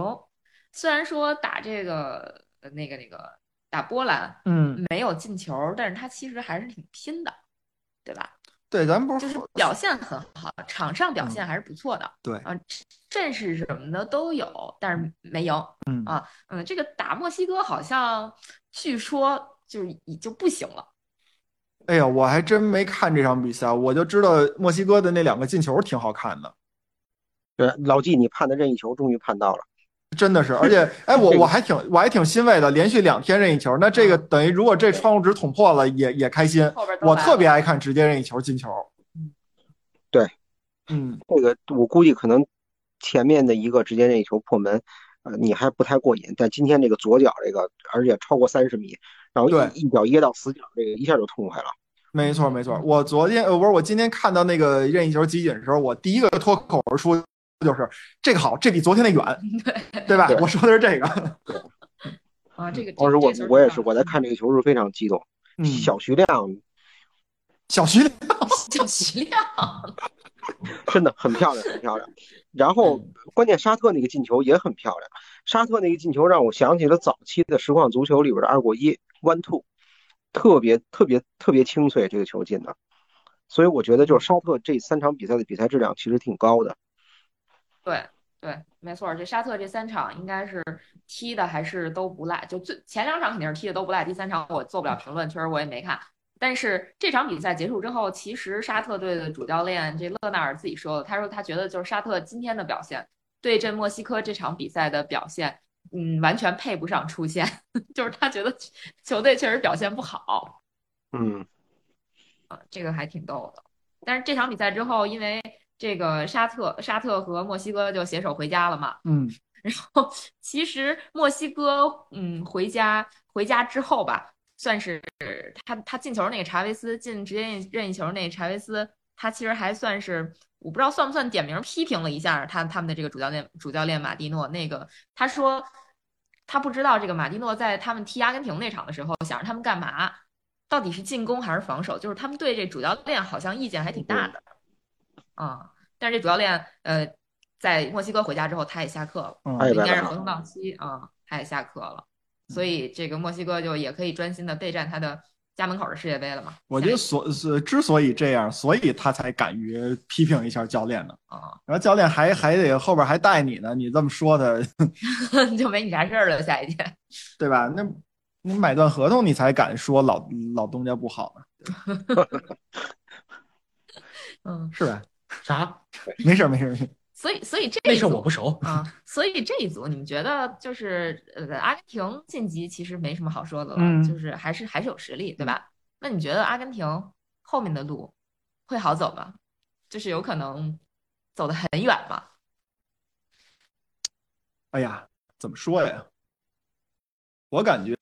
虽然说打这个呃那个那个打波兰嗯，没有进球，但是他其实还是挺拼的，对吧？对，咱不是就是说表现很好，场上表现还是不错的。对啊，阵势什么的都有，但是没赢。嗯啊，嗯，这个打墨西哥好像据说就是已就不行了。哎呀，我还真没看这场比赛，我就知道墨西哥的那两个进球挺好看的，对，呃老纪，你判的任意球终于判到了。真的是，而且，哎，我这个我还挺我还挺欣慰的，连续两天任意球，那这个等于如果这窗户纸捅破了，也也开心。后边都我来嗯特了别爱看直接任意球进球嗯。对，嗯，这个我估计可能前面的一个直接任意球破门，呃，你还不太过瘾。但今天这个左脚这个，而且超过三十米，然后对一一脚噎到死角，这个一下就痛快了。没错没错。我昨天呃不是我今天看到那个任意球集锦的时候，我第一个脱口而出就是这个好，这比昨天的远，对吧？对我说的是这个。啊，这个当时这这我球我也真是，的我 在看这个球是非常激动。嗯，小徐亮小徐叫徐亮，真的很漂亮，很漂亮。然后嗯关键沙特那个进球也很漂亮，沙特那个进球让我想起了早期的实况足球里边的二过一 one two，特别特别特别清脆，这个球进的。所以我觉得就是沙特这三场比赛的比赛质量其实挺高的。对对，没错儿，这沙特这三场应该是踢的还是都不赖，就最前两场肯定是踢的都不赖，第三场我做不了评论，确实我也没看。但是这场比赛结束之后，其实沙特队的主教练这勒纳尔自己说了，他说他觉得就是沙特今天的表现，对阵墨西哥这场比赛的表现，嗯，完全配不上出线， 就是他觉得球队确实表现不好嗯，啊，这个还挺逗的。但是这场比赛之后，因为这个沙特沙特和墨西哥就携手回家了嘛，嗯，然后其实墨西哥，嗯，回家回家之后吧，算是他他进球那个查韦斯进直接任意任意球那个查韦斯，他其实还算是我不知道算不算点名批评了一下他他们的这个主教练主教练马蒂诺那个，他说他不知道这个马蒂诺在他们踢阿根廷那场的时候想让他们干嘛，到底是进攻还是防守，就是他们对这主教练好像意见还挺大的，啊、但是这主教练呃在墨西哥回家之后他也下课了。嗯哎应拜该拜是了合同到期啊，他也下课了，所以这个墨西哥就也可以专心的备战他的家门口的世界杯了嘛。我觉得所是之所以这样，所以他才敢于批评一下教练呢。啊，然后教练还还得后边还带你呢，你这么说他，啊 就没你啥事儿了，下一届。对吧？那你买断合同你才敢说老老东家不好呢，嗯，是吧？ 啥？没事儿没事儿没事儿，所以所以这那一事儿我组不熟。啊，所以这一组你们觉得就是呃，阿根廷晋级其实没什么好说的了，嗯就是还是还是有实力，对吧？那你觉得阿根廷后面的路会好走吗？就是有可能走得很远吗？哎呀，怎么说呀？我感觉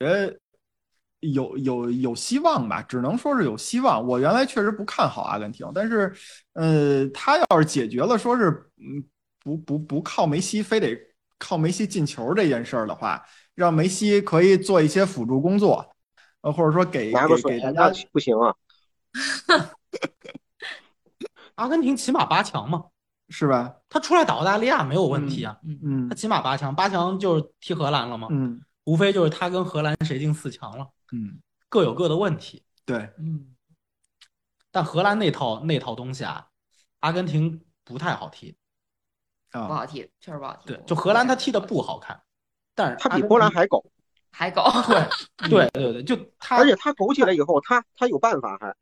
有有有希望吧，只能说是有希望。我原来确实不看好阿根廷，但是，呃，他要是解决了说是，嗯，不不不靠梅西，非得靠梅西进球这件事儿的话，让梅西可以做一些辅助工作，呃，或者说给拿个给水给大那家不行啊。阿根廷起码八强嘛，是吧？他出来打澳大利亚没有问题啊，嗯，嗯他起码八强，八强就是踢荷兰了嘛，嗯无非就是他跟荷兰谁进四强了，嗯，各有各的问题。对，嗯，但荷兰那套那套东西啊，阿根廷不太好踢。啊，不好踢，确实不好踢。对，我就荷兰他踢的不好看，但是他阿比根波兰廷还狗，海狗，对对对，就他而且他狗起来以后，他他有办法还。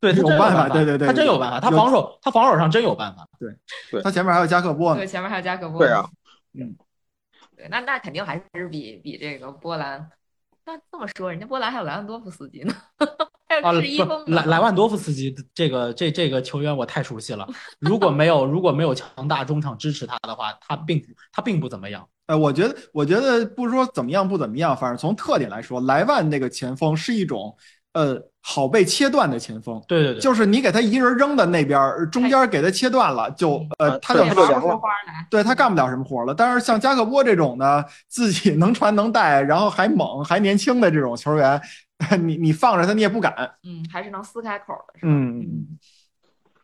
对他有真办法法，对对对他真对有办法，他有防守他防守上真有办法。他前面还有加克哦波呢对，，前面还有加克波。对啊， 对，那那肯定还是比比这个波兰。那这么说，人家波兰还有莱万多夫斯基呢， 还啊，有是一不峰，呢莱莱万多夫斯基这个这这个球员我太熟悉 了。如果没有如果没有强大中场支持他的话，他并不他并不怎么样。呃，我觉得，我觉得不说怎么样不怎么样，反正从特点来说，莱万那个前锋是一种，呃，好被切断的前锋，对对对，就是你给他一人扔到那边儿，中间给他切断了，就呃，啊他对就也他拿就拿不不凉出了出，花来。对他干不了什么活了。但是像加克波这种呢，自己 能传能带，然后还猛还年轻的这种球员， 你你放着他你也不敢，嗯，还是能撕开口的，是吧？嗯，嗯，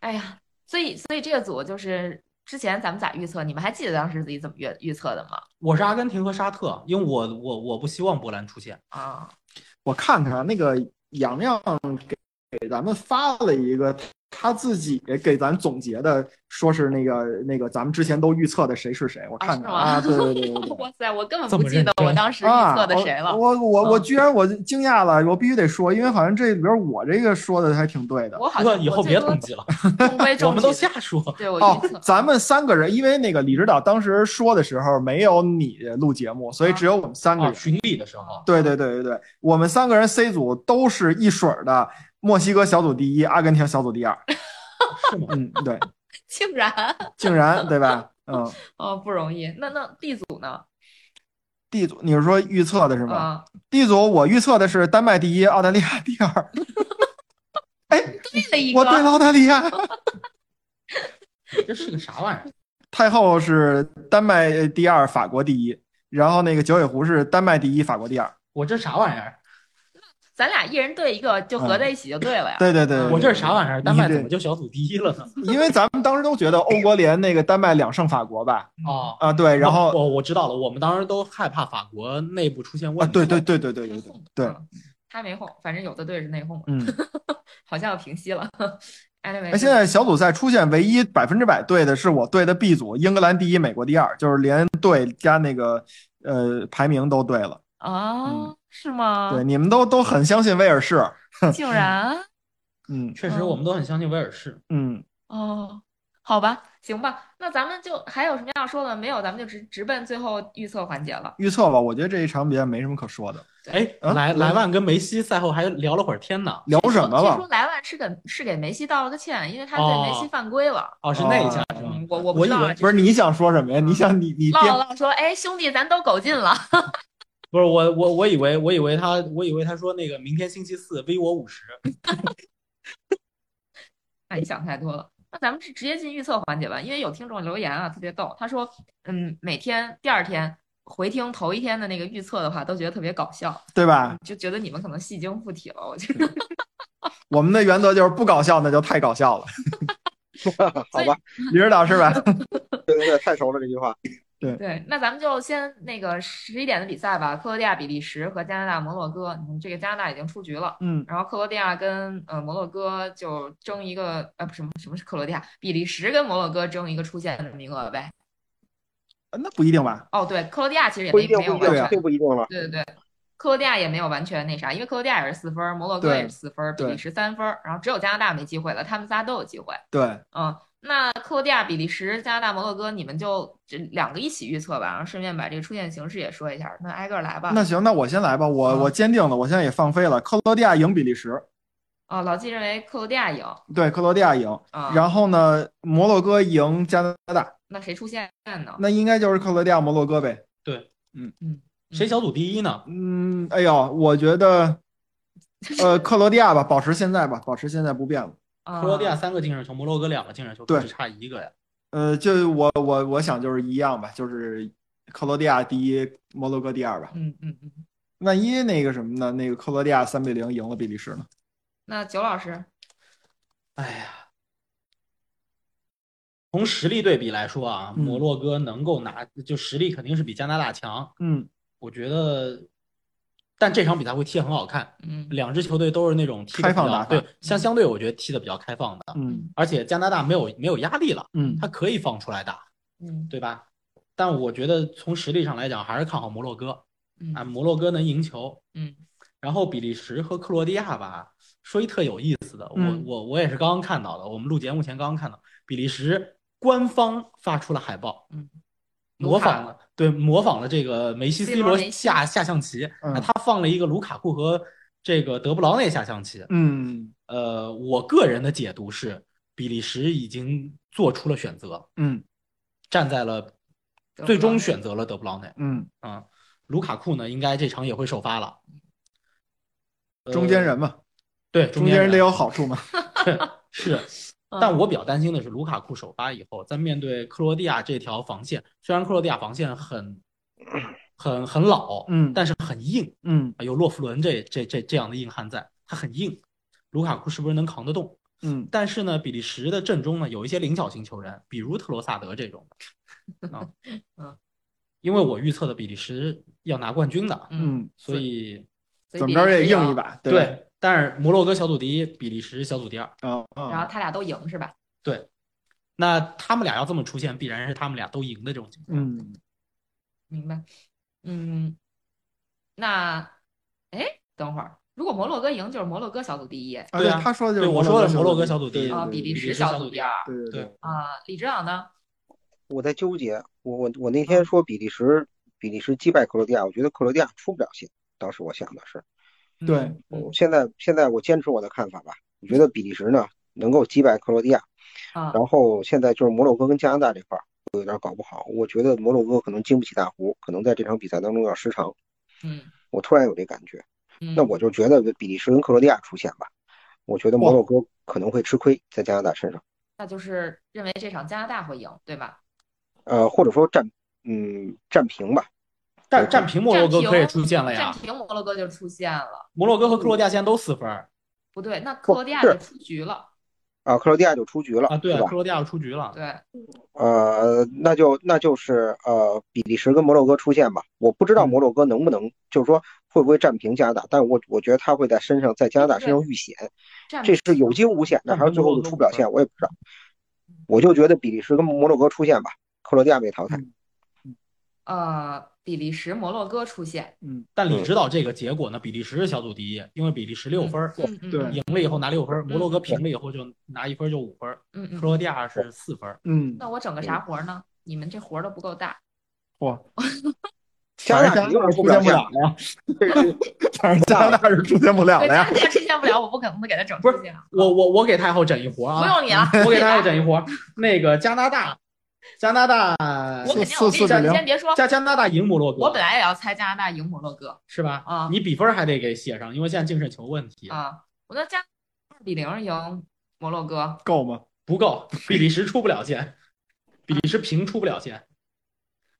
哎呀，所以所以这个组就是之前咱们咋预测？你们还记得当时自己怎么预预测的吗？我是阿根廷和沙特，因为我我我不希望波兰出现。啊，我看看那个洋洋给给咱们发了一个他自己给咱总结的，说是那个那个咱们之前都预测的谁是谁，我看看啊啊，对对 对对对。 哇塞，我根本这不么记认得真我当时预啊！测的谁了。我我嗯我居然我惊讶了，我必须得说，因为好像这里边我这个说的还挺对的。我好不过像以后我最别多统计了，中规我中矩们都的瞎说。对我哦预测，咱们三个人，因为那个李指导当时说的时候没有你录节目，所以只有我们三个啊，哦人。巡礼的时候，对对对对对，我们三个人 C 组都是一水儿的，墨西哥小组第一，阿根廷小组第二。是吗？嗯，对， 竟然竟然对吧？嗯哦不容易。那那 B 组呢？ ，D 组你是说预测嗯的是吗、啊， d 组我预测的是丹麦第一，澳大利亚第二。哎，对了一个，我啊对了澳大利亚，这是个啥玩意儿？太后是丹麦第二，法国第一，然后那个九尾狐是丹麦第一，法国第二。我这啥玩意儿？咱俩一人对一个，就合在嗯一起就对了呀。对对对，对我这是啥玩意儿？丹麦你这怎么就小组第一了呢？因为咱们当时都觉得欧国联那个丹麦两胜法国吧？哦，啊，对，然后我我知道了，我们当时都害怕法国内部出现啊，问题。对对对对对对对对，嗯他没空，反正有的队是内讧的，嗯，好像平息了。anyway，那现在小组赛出现唯一百分之百对的是我队的 B 组，英格兰第一，美国第二，就是连队加那个呃排名都对了。啊、嗯是吗？对，，你们都都很相信威尔士。竟然嗯确实，我们都很相信威尔士。嗯，哦，好吧，行吧，那咱们就还有什么要说的没有？咱们就直直奔最后预测环节了。预测吧，我觉得这一场比赛没什么可说的。哎，啊莱莱万跟梅西赛后还聊了会儿天呢。聊什么据说了？莱万是给是给梅西道了个歉，因为他对梅西犯规了。哦，是那啊一家是吗嗯？我我不我以知道啊为这不是你想说什么呀？你想你你唠编了唠说，哎，兄弟，咱都狗进了。不是我我我以为我以为他我以为他说那个明天星期四 V 我五十。那你想太多了。那咱们是直接进预测环节吧，因为有听众留言啊，特别逗。他说，嗯，每天第二天回听头一天的那个预测的话，都觉得特别搞笑，对吧？就觉得你们可能戏精附体了。我觉得， 我们的原则就是不搞笑那就太搞 笑了。好吧，李指导是 吧？嗯对对对，太熟了这句话。对，那咱们就先那个十一点的比赛吧，克罗地亚、比利时和加拿大、摩洛哥。嗯，这个加拿大已经出局了，嗯，然后克罗地亚跟呃摩洛哥就争一个呃不什么什么是克罗地亚，比利时跟摩洛哥争一个出线的名额呗。那不一定吧？哦，对，克罗地亚其实也不一没定，没不有一完定，啊全肯定不一定了。对对对，克罗地亚也没有完全那啥，因为克罗地亚也是四分儿，摩洛哥对也是四分儿，比利对时三分儿，然后只有加拿大没机会了，他们仨都有机会。对，嗯，那克罗地亚、比利时、加拿大、摩洛哥，你们就这两个一起预测吧，然后顺便把这个出线形势也说一下。那挨个儿来吧。那行，那我先来吧。我嗯我坚定了，我现在也放飞了。克罗地亚赢比利时，啊、老纪认为克罗地亚赢对，克罗地亚赢。啊，然后呢，摩洛哥赢加拿大，那谁出线呢？那应该就是克罗地亚、摩洛哥呗。谁小组第一呢？嗯，哎呦，我觉得， 呃，克罗地亚吧，保持现在吧，保持现在不变了。啊克罗地亚三个净胜球，摩洛哥两个净胜球，对只差一个呀。呃，就我我我想就是一样吧，就是克罗地亚第一，摩洛哥第二吧。嗯嗯嗯，万一那个什么呢？那个克罗地亚三比零赢了比利时呢？那九老师，哎呀，从实力对比来说啊，嗯摩洛哥能够拿，就实力肯定是比加拿大强。嗯，我觉得，但这场比赛会踢得很好看，嗯两支球队都是那种踢开得比放较打法对，相相对我觉得踢得比较开放的，嗯而且加拿大没有没有压力了，嗯他可以放出来打，嗯对吧？但我觉得从实力上来讲，还是看好摩洛哥啊，嗯摩洛哥能赢球。嗯然后比利时和克罗地亚吧，说一特有意思的，我嗯我我也是刚刚看到的，我们录节目前刚刚看到，比利时官方发出了海报，嗯，模仿了对模仿了这个梅西、 C 罗罗梅西下下象棋，嗯那他放了一个卢卡库和这个德布劳内下象棋，嗯呃，我个人的解读是，比利时已经做出了选择，嗯站在了德布劳内最终选择了德布劳内，嗯，啊，卢卡库呢应该这场也会首发了，中间人嘛，对中呃间间人得有好处嘛。 是，嗯，但我比较担心的是，卢卡库首发以后，在面对克罗地亚这条防线，虽然克罗地亚防线很、 很、很老，嗯但是很硬，嗯有洛夫伦这这这这样的硬汉在，他很硬，卢卡库是不是能扛得动？嗯，但是呢，比利时的阵中呢，有一些灵巧型球员，比如特罗萨德这种的， 啊嗯，因为我预测的比利时要拿冠军的，嗯，所以所以怎么比着利也时硬一赢，把，对吧？但是摩洛哥小组第一，比利时小组第二。啊然后啊，他俩都赢是吧？对，那他们俩要这么出现，必然是他们俩都赢的这种情况。嗯，明白，嗯，那，哎，等会儿，如果摩洛哥赢，就是摩洛哥小组第一，啊对啊他说的就对是我说的是摩洛摩哥哥小小组组第第一一，啊，对比利比时利时小小组组第第二，对对对对，嗯啊，李指导呢？我在纠结，我我我嗯那天说比利时，比利时击败克罗地亚，我觉得克罗地亚出不了线，当时我想的是，对嗯嗯我现在现在我坚持我的看法吧，我觉得比利时呢能够击败克罗地亚，啊，然后现在就是摩洛哥跟加拿大这块儿我有点搞不好，我觉得摩洛哥可能经不起大胡，可能在这场比赛当中要失常，嗯我突然有这感觉，嗯，那我就觉得比利时跟克罗地亚出线吧，我觉得摩洛哥可能会吃亏在加拿大身上，那就是认为这场加拿大会赢，对吧？呃，或者说战嗯战平吧，但战平摩洛哥可也出现了暂呀，停，摩洛哥就出现了，摩洛哥和克罗地亚现在都四分儿，不对，那克罗地亚不就是出局了，啊，克罗地亚就出局了，啊，对是啊，吧克？罗地亚出局了，对，呃，那就那就是呃，比利时跟摩洛哥出线吧。我不知道嗯摩洛哥能不能，就是说会不会战平加拿大，但我我觉得他会在身上在加拿大身上遇险，占这是有惊无险的，战还是最后平摩洛哥就嗯出不了线，我也不知道。我就觉得比利时跟摩洛哥出线吧，克罗地亚被淘汰。嗯呃比利时、摩洛哥出现，嗯，但你知道这个结果呢？比利时是小组第一，因为比利时六分儿，嗯嗯对嗯赢了以后拿六分儿，摩洛哥平了以后就拿一分儿就五分儿，嗯克嗯罗地亚是四分儿。嗯，那我整个啥活儿呢？你们这活儿都不够大，哇，加拿大肯定是出出现不了不线了的，了，这是 反正加拿大是出现不了对，了加呀拿。大出现不了， 我不可能给他整不出是现啊。我我我给太后整一活儿不啊！用你了，我 给太后整一活儿。那个加拿大，加拿大，我肯定，四我跟四你比讲，你零先别说，加加拿大赢摩洛我哥本来也要猜加拿大赢摩洛哥是吧？啊你比分儿还得给写上，因为现在净胜球问题啊，我说加二比零赢摩洛哥，够吗？不够，比利时出不了线，比利时平出不了线。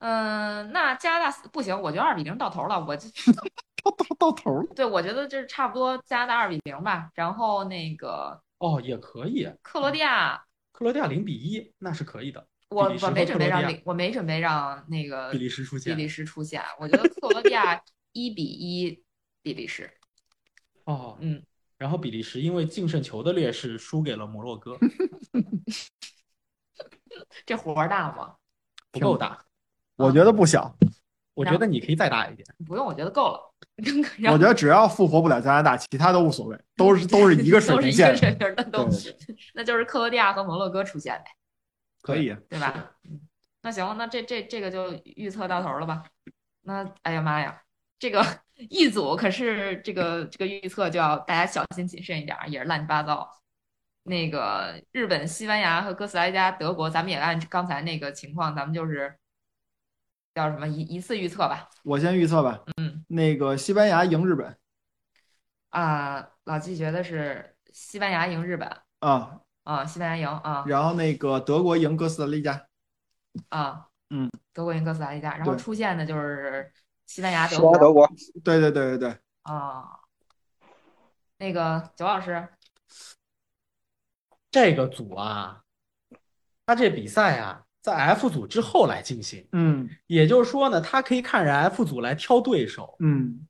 嗯，那加拿大不行，我觉得二比零到头了，我就 到到到头了，对我觉得就是差不多加拿大二比零吧，然后那个哦，也可以，克罗地亚，克罗地亚零比一，那是可以的。我嗯比利时我和没准克备罗让地亚你，我没准备让那个比利时出比线利时出现，我觉得克罗地亚 一比一比利时，哦，嗯，然后比利时因为净胜球的劣势输给了摩洛哥，这活儿大吗？不够大。我觉得不小，嗯我觉得你可以再大一点。不用，我觉得够了。 我觉得只要复活不了加拿大，其他都无所谓，都是都是一个 水都是平一个线，水平的都对， 那就是克罗地亚和摩洛哥出现呗，可以。对吧？嗯，那行，那这这这个就预测到头了吧？那哎呀妈呀，这个 一组可是这个这个预测就要大家小心谨慎一点儿，也是乱七八糟。那个日本、西班牙和哥斯达黎加、德国，咱们也按刚才那个情况，咱们就是叫什么一一次预测吧。我先预测吧，嗯，那个西班牙赢日本啊、老季觉得是西班牙赢日本啊，啊，西班牙赢啊然后那个德国赢哥斯达黎加，啊，嗯，德国赢哥斯达黎加，然后对出现的就是西班牙、西德班牙德国国，对对对对对，啊。那个九老师，这个组啊，他这比赛啊，在 F 组之后来进行，嗯也就是说呢，他可以看着 F 组来挑对手。嗯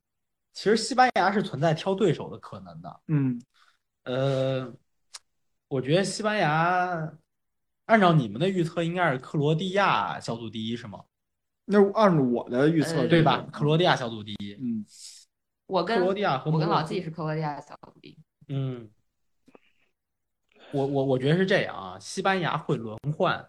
其实西班牙是存在挑对手的可能的。嗯，呃，我觉得西班牙，按照你们的预测，应该是克罗地亚小组第一是吗？那按照我的预测呃对吧？克罗地亚小组第一，嗯，我克跟罗地亚和我摩跟洛老哥季是克罗地亚小组第一，嗯，我我我觉得是这样啊，西班牙会轮换，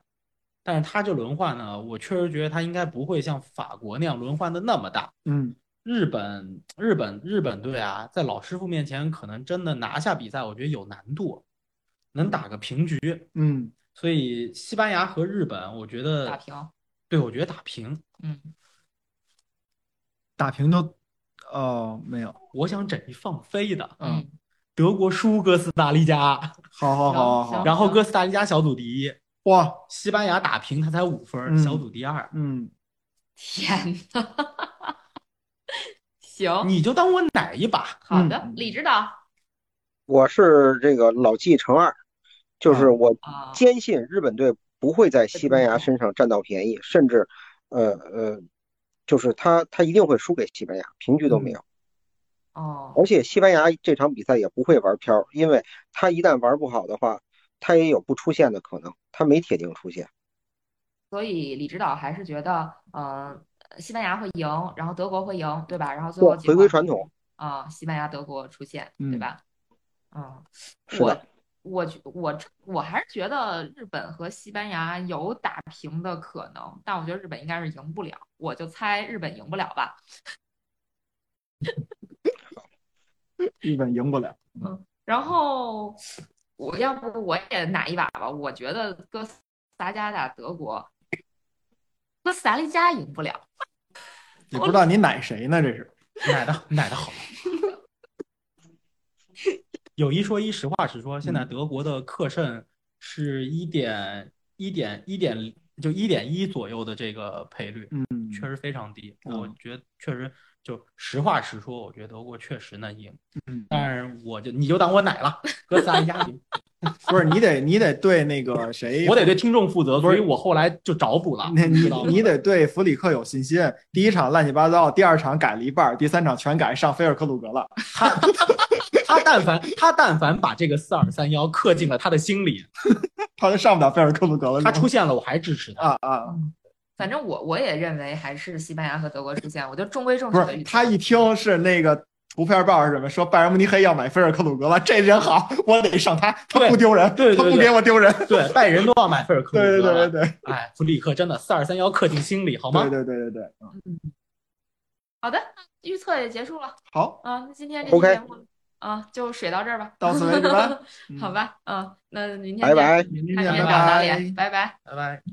但是他这轮换呢，我确实觉得他应该不会像法国那样轮换的那么大。嗯日本日本日本队啊，在老师傅面前可能真的拿下比赛，我觉得有难度，能打个平局。嗯所以西班牙和日本，我觉打得，平。对，我觉得打平。嗯，打平就哦没有，我想整一放飞的，嗯，德国输哥斯达黎加，好好好好行好，然后哥斯达黎加小组第一，哇，西班牙打平他才五分儿，嗯小组第二。嗯，天呐， 行，你就当我奶一把。好的，嗯李指导我是这个老季乘二，就是啊我啊，嗯坚信日本队不会在西班牙身上占到便宜，甚至，呃呃，就是他他一定会输给西班牙，平局都没有。哦而，且西班牙这场比赛也不会玩飘儿，因为他一旦玩不好的话，他也有不出线的可能，他没铁定出线。所以李指导还是觉得，嗯、呃，西班牙会赢，然后德国会赢，对吧？然后最后对几回归场传统啊、西班牙、德国出现，对嗯吧？嗯，是我的，我觉我我还是觉得日本和西班牙有打平的可能，但我觉得日本应该是赢不了，我就猜日本赢不了吧。日本赢不了，然后我要不我也奶一把吧，我觉得哥斯达加打德国，哥斯达黎加赢不了。也哦不知道你奶谁呢，这是，奶的奶的好。有一说一，实话实说，嗯现在德国的客胜是一点一点一点，就一点一左右的这个赔率，嗯，确实非常低。嗯我觉得确实就实话实说，我觉得德国确实能赢，嗯，但是我就你就当我奶了，哥斯达黎加赢。不是你得你得对那个谁，我得对听众负责，所以我后来就找补了，那你知道吗你得对弗里克有信心。第一场乱七八糟，第二场改了一半儿，第三场全改上菲尔克鲁格了。他但凡他但凡把这个四二三幺刻进了他的心里，他就上不了菲尔克鲁格了。他出现了我还支持他。啊啊，反正我我也认为还是西班牙和德国出现，我就中规中不矩的预是测。他一听是那个图片报是什么，说拜仁慕尼黑要买菲尔克鲁格了，这人好，我得上他，他不丢人，对对对对他不给我丢人。对，拜仁都要买菲尔克鲁啊对对格对了对对哎，弗里克真的四二三幺刻进心里好吗对？对对对对，嗯，好的，那预测也结束了好，啊。那今天这期 OK 节目啊，就水到这儿吧，到此 为止吧。嗯好，吧，嗯，那明天拜见拜。明天看你见，们拜表达拜脸，。拜拜。拜拜。